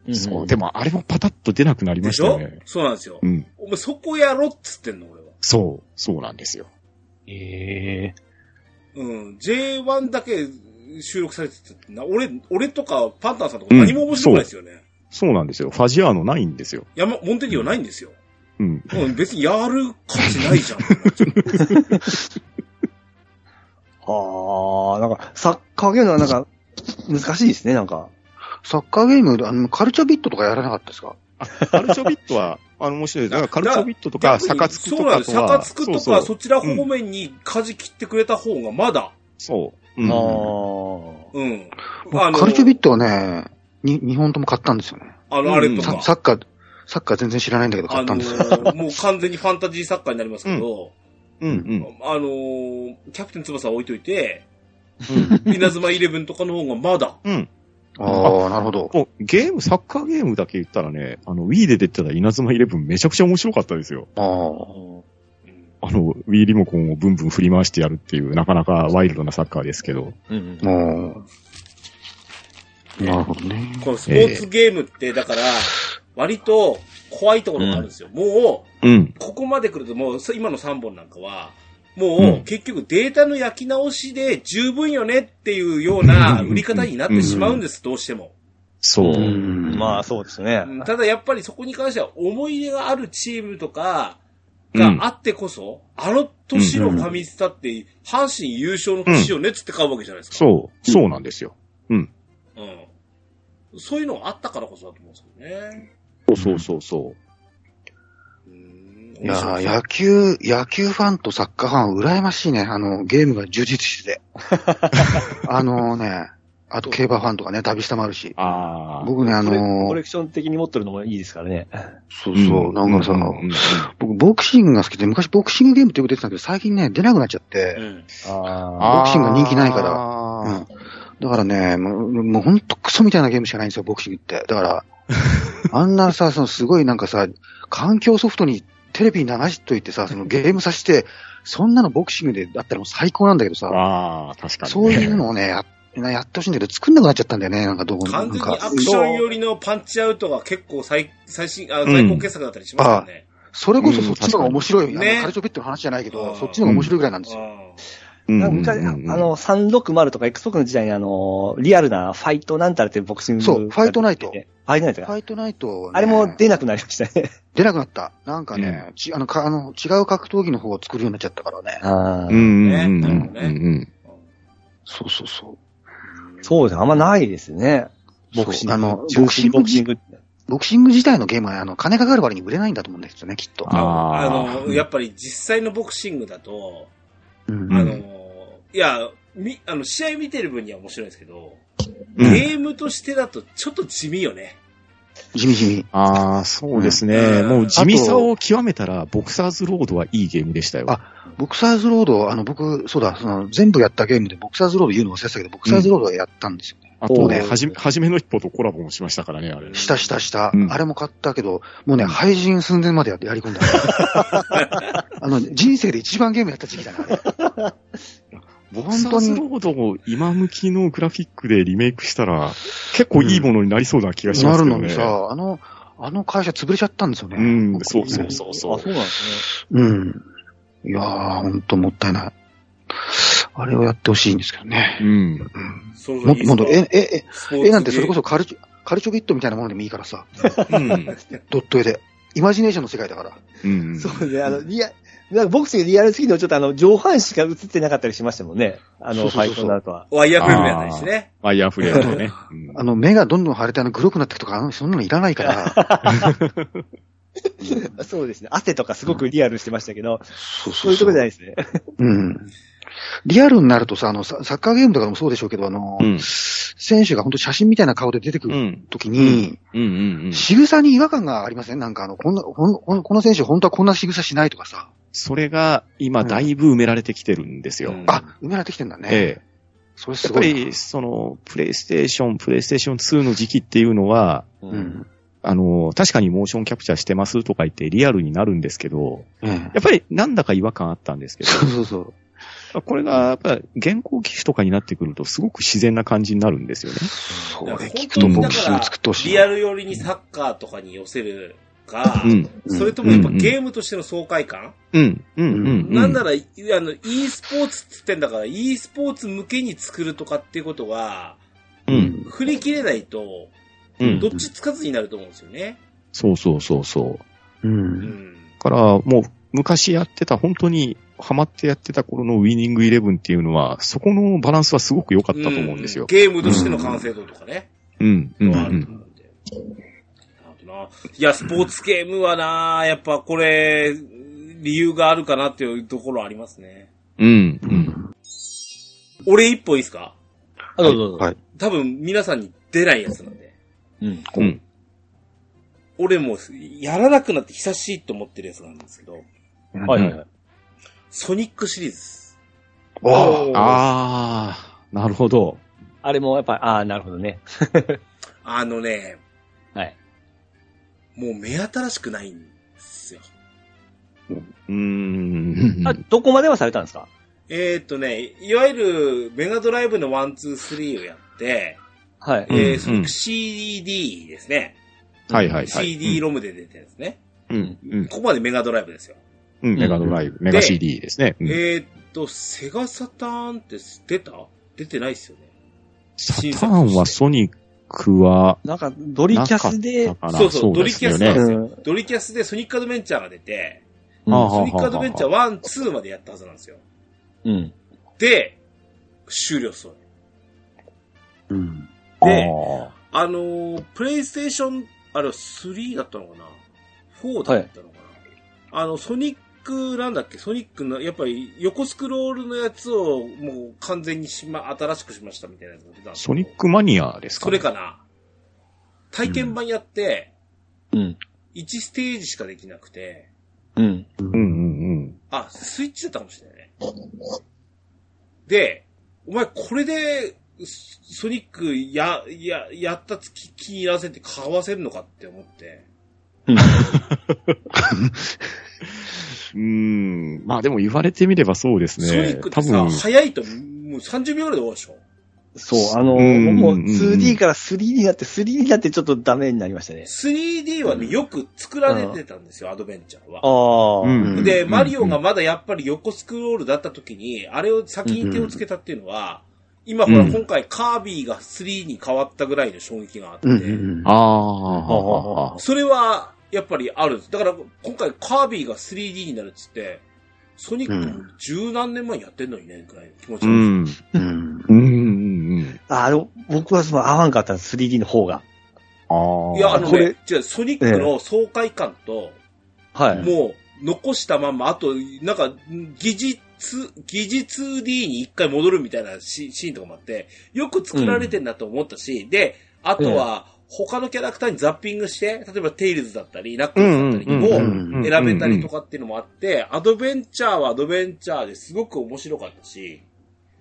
うん
そう。でもあれもパタッと出なくなりま
で
し
したょ
よね。
そうなんですよ
う。ん。
お前そこやろっつってんの、俺は。
そう。そうなんですよ。
ええ
うん。J1 だけ収録されててな、俺、俺とかパンタンさんとか何も面白くないですよね。
そうなんですよ。ファジアーノないんですよ。
山、モンテディオないんですよ。
うん。
うん、別にやる価値ない じゃんってなっちゃう。
ああ、なんか、サッカーゲームはなんか、難しいですね、なんか。
サッカーゲーム、あの、カルチャビットとかやらなかったですか
カルチョビットは、 あの、面白いです。だからカルチョビットとか、サカツクと
そうなん
か
です
と
よ。
は。
サカツクとか、そ
そうそう
ちら方面に舵切ってくれた方がまだ、
そう。
あ
うん。
うん。
カルチャビットはね、に、2本とも買ったんですよね。
あの、あれと
サ
か。
サッカー、サッカー全然知らないんだけど買
あ
った
の
んですよ。
ー、もう完全にファンタジー作家になりますけど、
うんうん。
あのー、キャプテン翼は置いといて、
うん
稲妻イレブンとかの方がまだ、
うん。
ああ、なるほど。
もうゲーム、サッカーゲームだけ言ったらね、あの、Wii で出てた稲妻イレブンめちゃくちゃ面白かったですよ。
ああ。
うん
あの、Wii リモコンをブンブン振り回してやるっていう、なかなかワイルドなサッカーですけど。
うん。
もう、なるほどね。
このスポーツゲームって、だから、割と怖いところがあるんですよ。も
うん。
う、ここまで来ると、もう、今の3本なんかは、
う
もう、
ん
結局データの焼き直しで十分よねっていうような売り方になってしまうんです、どうしても。
そう。
う
うん
まあ、そうですね。
うんただやっぱりそこに関しては思い入れがあるチームとかがあってこそ、あの年のファミスタって、阪神優勝の年よねっつって買うわけじゃないですか。
そう。そうなんですよ。
うん。そういうのがあったからこそだと思うんですけどね。
そうそうそう。
うん
いやー野球、野球ファンとサッカーファンは羨ましいね。あの、ゲームが充 実してて。あのね、あと競馬ファンとかね、旅下もあるし。
あー。
僕ね、あ
コ
の
レコ
ー
レ、クション的に持ってるのもいいですからね。
そうそう、なんかさ、
うんうん
僕ボクシングが好きで、昔ボクシングゲームってよく出てたんだけど、最近ね、出なくなっちゃっ
う
て、
ん。
ああ。
ボクシングが人気ないからう
あー
ん。だからね、もう、もうほんとクソみたいなゲームしかないんですよ、ボクシングって。だから、あんなさ、そのすごいなんかさ、環境ソフトにテレビに流しといてさ、そのゲームさせて、そんなのボクシングでだったらもう最高なんだけどさ、
あー、確かに
そ
ね。
ういうのをね、やなやってほしいんだけど、作んなくなっちゃったんだよね、なんかどうな
完全
ん
に
か
ア。クション寄りのパンチアウトが結構最最新あの
うん
最高傑作だったりしますよね。
それこそそっちの方が面白い。
うん
あの
ね
カルチョビットの話じゃないけど、
うん
そっちの方が面白いぐらいなんですよ。
う
うんうん
な
うん
んか、あの、360とか Xbox の時代にあの、リアルなファイトなんたらってボクシング。
そうファイトナイト
ファイトナイト
フ
か。
ァイトナイト、ね、
あれも出なくなりましたね。
出なくなった。なんかね、ちあのかあの違う格闘技の方を作るようになっちゃったからね。
あ
う
あ。
んうん
ね
うんう
なるほ
ん
ど
う
ね
んうん。
ん
そうそうそう。
そうです。あんまないですね。ボクシング。
そうあの
中止ボ
ボク
ク
シ
シ
ン
ング。
ボクシング自体のゲームは、あの、金かかる割に売れないんだと思うんですよね、きっと。
あ
あ
の、やっぱり実際のボクシングだと、
うん
あ
ん
の、いや、み、あの、試合見てる分には面白いんですけど、
うん
ゲームとしてだとちょっと地味よね。
地味地味。
ああ、そうですね。
うん
もう地味さを極めたら、ボクサーズロードはいいゲームでしたよ。
あボクサーズロード、あの、僕、そうだ、その、全部やったゲームでボクサーズロード言うの忘れてたけど、ボクサーズロードはやったんですよね。
あとね、
おー
はじめ、はじめの一歩とコラボもしましたからね、あれ。
したしたした、
うん
あれも買ったけど、もうね、廃人寸前までややり込んだ。あの、人生で一番ゲームやった時期だな、あれ
ボクサーズロードを今向きのグラフィックでリメイクしたら、結構いいものになりそうな気がしま
な
す
る
け
の
ど
に
ね。
さ、あの、あの会社潰れちゃったんですよね。
うん、そうそうそう
あ、そう
そ
なんです
うん。いやー、ほんともったいない。あれをやってほしいんですけど
う。
ね。
うん。
うん。
その
もっともっと、え、え、
スポー
え、
ツ
絵なんてそれこ
そ。
そカルチョ、カルチョビットみたいなものでもいいからさ、
うん。
ドット絵で。イマジネーションの世界だから。
うん。
ね。そうね、あの、リア、なんかボクシングリアルすぎるのちょっとあの、上半身しか映ってなかったりしましたもんね。あ
そ
の、
う
フ
そう
ァ
そうそう
イトになるとは。
ワイヤーフレームやったりしてね。
ワイヤーフレームね。うん
あの、目がどんどん腫れて、あの、黒くなってくとか、あの、そんなのいらないから。
そうですね。汗とかすごくリアルしてましたけど、
そう
そういうとこじゃないですね。
うん。リアルになるとさ、あの、ササッカーゲームとかでもそうでしょうけど、あの、
うん
選手が本当写真みたいな顔で出てく
う
る
ん。
ときに、
うんうんうん。
仕草に違和感がありませんなんかあの、こんな、ほんほんこの選手本当はこんな仕草しないとかさ。
それが今だいぶ埋められてきてるんですよ。
うん
あ、埋められてきてんだね。
ええ。
それす
やっぱ
ごいな。
り、その、プレイステーション、プレイステーション2の時期っていうのは、
う
う。ん。
あの、確かにモーションキャプチャーしてますとか言ってリアルになるんですけど、
ええ
やっぱりなんだか違和感あったんですけ
そうそうそう。
ど、これがやっぱ現行機種とかになってくるとすごく自然な感じになるんですよね。
そ
だか
れ
ら
聞くと
本当に
ボクシング作ってほしい
リア。ル寄りにサッカーとかに寄せるか、
うん。
それともやっぱゲームとしての爽快感、
うん。うん。うん。
なんなら、いあの、e スポーツって言ってんだから、e スポーツ向けに作るとかっていうことは、
うん。
振り切れないと、
うん
ど。っちつかずになると思うんですよね。
そうそうそうそう。
う。
うんん。
だからもう昔やってた、本当にハマってやってた頃のウィニングイレブンっていうのは、そこのバランスはすごく良かったと思うんですよ。
ゲームとしての完成度とかね。
うん。うん。う
はあると
ん。
思うんで。なるほどないや、スポーツゲームはな、やっぱこれ、理由があるかなっていうところありますね。
うん。
う
う。
んん。
俺一本いいですか
あ、どうぞどうぞ。
はい。
多分皆さんに出ないやつなんで。
うん。
うん。
俺もうやらなくなって久しいと思ってるやつなんですけど、
はいはいはい。
ソニックシリーズ。
おー
ああ、なるほど。
あれもやっぱ、ああ、なるほどね。
あのね、
はい。
もう目新しくないんですよ。
うーん。
あ、どこまではされたんですか
えーっ、とね、いわゆるメガドライブの1、2、3をやって、
はい。
えー
うん
ソニック CD ですね。
はいはいはい。
CD ロムで出てるんですね。
うん。うん。
ここまでメガドライブですよ。
うん。メガドライブ、メガ CD ですね。うん
えーっと、セガサターンって出た出てないっすよね。
サターンはソニックは、
なんか、ドリ
な
キ
か
ャ
っ
スで
た、かな
そうそう、ドリキャスなんで
ね
すよ。ドリキャスでソニックアドベンチャーが出て、
うん
ああ
ソニックアドベンチャー1、2までやったはずなんですよ。
うん。
で、終了っすよね。
うん。
で、
あ
あのープレイステーション、あれは3だったのかな ?4 だったのかな、あの、ソニック、なんだっけ、ソニックの、やっぱり横スクロールのやつをもう完全にしま、新しくしましたみたいなやつが出たんで
あ
す
ソニックマニアですか
それかな体験版やって、
うん。
1ステージしかできなくて、
うん。
うんうんうん。
あ、スイッチだったかもしれないね。で、お前これで、ソソニックや、や、やったつき気に入らせて買わせるのかって思って。
うーん。まあでも言われてみればそうです
ソニ
ね
ックっ。
多
てさ、
分、
早いともう30秒ぐらいで終わるでしょ
そう、あの、
うん
もう
うん
2D から 3D になって、3D になってちょっとダメになりましたね。
?3D はね、よく作られてたんですよ、アドベンチャーは。
ああ、
うん
で、マリオ
うん
が
うん
まだやっぱり横スクロールだった時に、あれを先に手をつけたっていうのは、今ほら
うん
今回カービィが3に変わったぐらいの衝撃があって
うん。う、ん。
ああ、
それはやっぱりあるんです。だから今回カービィが 3D になるっつって、ソニックも十何年前にやってんのにね、ぐらいの気持ち
う
なんですよ
ん。
うん。
うんうんうん。
あの、僕はその合わんかったんです、3D の方が。
ああ。
いや、あの
こ
ね
れ、
じゃソニックの爽快感と、
はい。
もう、残したまんま、あと、なんか、技術、技術 D に一回戻るみたいなシシーンとかもあって、よく作られてんだと思ったし、で、あとは、他のキャラクターにザッピングして、例えばテイルズだったり、ナックルズだったり
うん
も
うん
うん
選べたりとかっていうのもあって、アドベンチャーはアドベンチャーですごく面白かったし、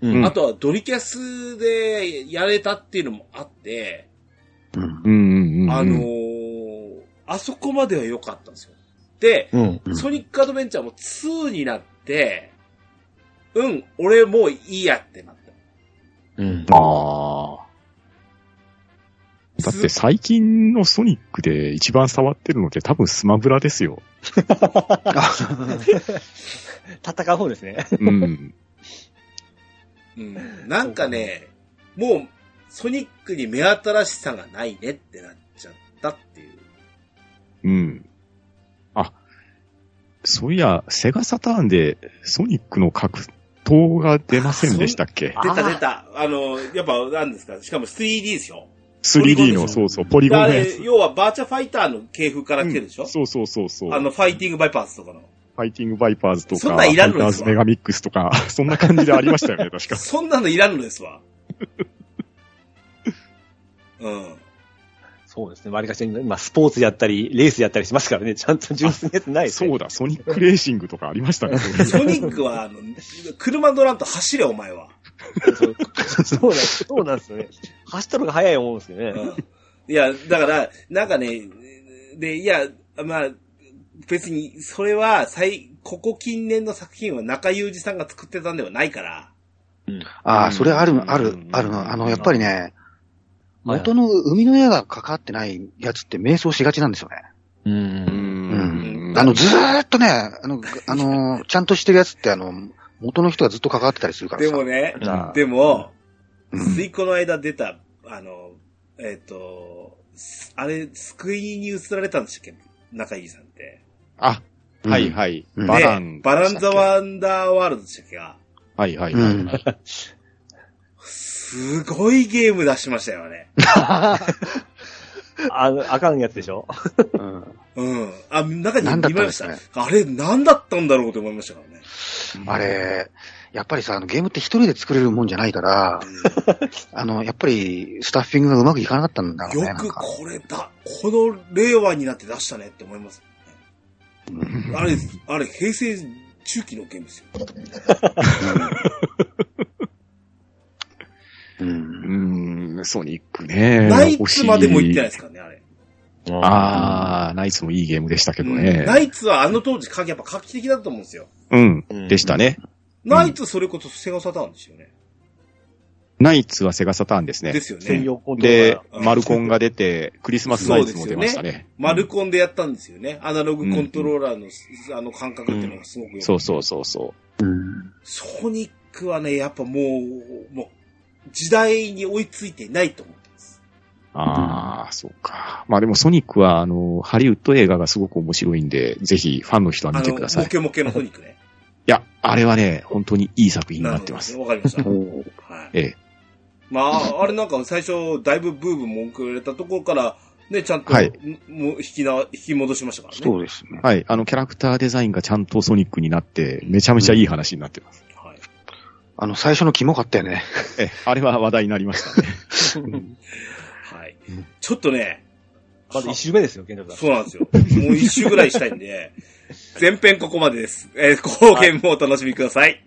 うん
あとはドリキャスでやれたっていうのもあって、
うん
うんうんうん。
あの、ーあそこまでは良かったんですよ。で、
うん。
うん
ソニックアドベンチャーも2になって、うん、俺もういいやってなった。
うん。
ああ。だって最近のソニックで一番触ってるのって多分スマブラですよ。
戦う方ですね。
うん。
うん、なんかね、もう、ソニックに目新しさがないねってなっちゃったっていう。
うん。あ、そういや、セガサターンでソニックの格闘が出ませんでしたっけ
あ
出た出た。あの、やっぱ、なんですか、しかも 3D ですよ。
?3D の、そうそう、ポリゴン
あ
のや
れ
つ。
要はバーチャファイターの系譜から来てるでしょ、
うんそうそうそうそう。
あの、ファイティングバイパーズとかの。
ファイティングバイパーズとか、
そんなんいらんの
ファイターズメガミックスとか、 そんな感じでありましたよね、確か。
そんなのいらんのです わ。うん。
そうですね。割りかし、今、スポーツやったり、レースやったりしますからね。ちゃんと純粋なやつないですね
そうだ、ソニックレーシングとかありましたね。そうい
ソ
う
ニックは、あの、車乗らんと走れ、お前は。
そうそうなんそうなんですよね。走ったのが早い思うんですよね。
いや、だから、なんかね、で、いや、まあ、別に、それは、最、ここ近年の作品は中裕二さんが作ってたんではないから、
ああ、それあ
うん
る、ある、あるな。あの、やっぱりね、
はい
元の海の絵がかかってないやつって迷走しがちなんですよね。
う。
うん
うんあの、ずーっとね、あの、あの、ちゃんとしてるやつって、あの、元の人がずっと関わってたりするから
で
さ。
もね、
あ
でも、
うん
ついこの間出た、あの、えっ、と、すあれ、救いに移られたんでしたっけ中井さんって。
あ、
うん
はいはい。
うん
バラン。
でバランザワンダーワールドでしたっけが、
はいはいはい。
うん
すごいゲーム出しましたよね。
あの、あかんやつでしょ
うん
うん。あ、中に
なんだっ
見
たん
ま
で
し
す
た。
ね
あれ、何だったんだろうと思いましたからね。
あれ、やっぱりさ、あのゲームって一人で作れるもんじゃないから、あの、やっぱりスタッフィングがうまくいかなかったんだろうね。な
よ
ん
く
か
これだ、この令和になって出したねって思います。あれ、あれ、平成中期のゲームですよ。
うん
うん、ソニックね。
ナイツまでも行ってない
い。
ですからね、あれ。
あー、ナイツもいいゲームでしたけど
う
ね
ん。ナイツはあの当時、やっぱ画期的だったと思うんですよ。
うん
う、ん
でしたね。
ナイツそれこそセガサターンですよね。
ナイツはセガサターンです
で
ね。
すよ
専
ね。
用コントロー
で
ラー、
うん
マルコンが出 て、クリスマスナイツも出ましたね。
マルコンでやったんですよね。アナログコントローラーの、あの感覚っていうのがすごくよく
そうそうそうそ
うん
ソニックはね、やっぱもう、もう、時代に追いついていないと思ってます。
う。ああ、そうか。まあでもソニックは、あの、ハリウッド映画がすごく面白いんで、ぜひファンの人は
あ
見て
の、
ください。
モ
い
ケモケのソニックね。
や、あれはね、本当にいい作品になってます。
るほどねわかりました。 はい。
ええ。
まあ、あれなんか最初、だいぶブーブー文句言われたところから、ね、ちゃんと、
はい
もう引きな、引き戻しましたからね。
そうですね。
はい。あの、キャラクターデザインがちゃんとソニックになって、めちゃめちゃいい話になってます。
はい。
あの、最初のキモかったよね。
ええ、あれは話題になりましたね。
はい。ちょっとね、
まず一周目ですよ、現状
そうなんですよ。もう一周ぐらいしたいんで、前編ここまでです。えー後編もお楽しみください。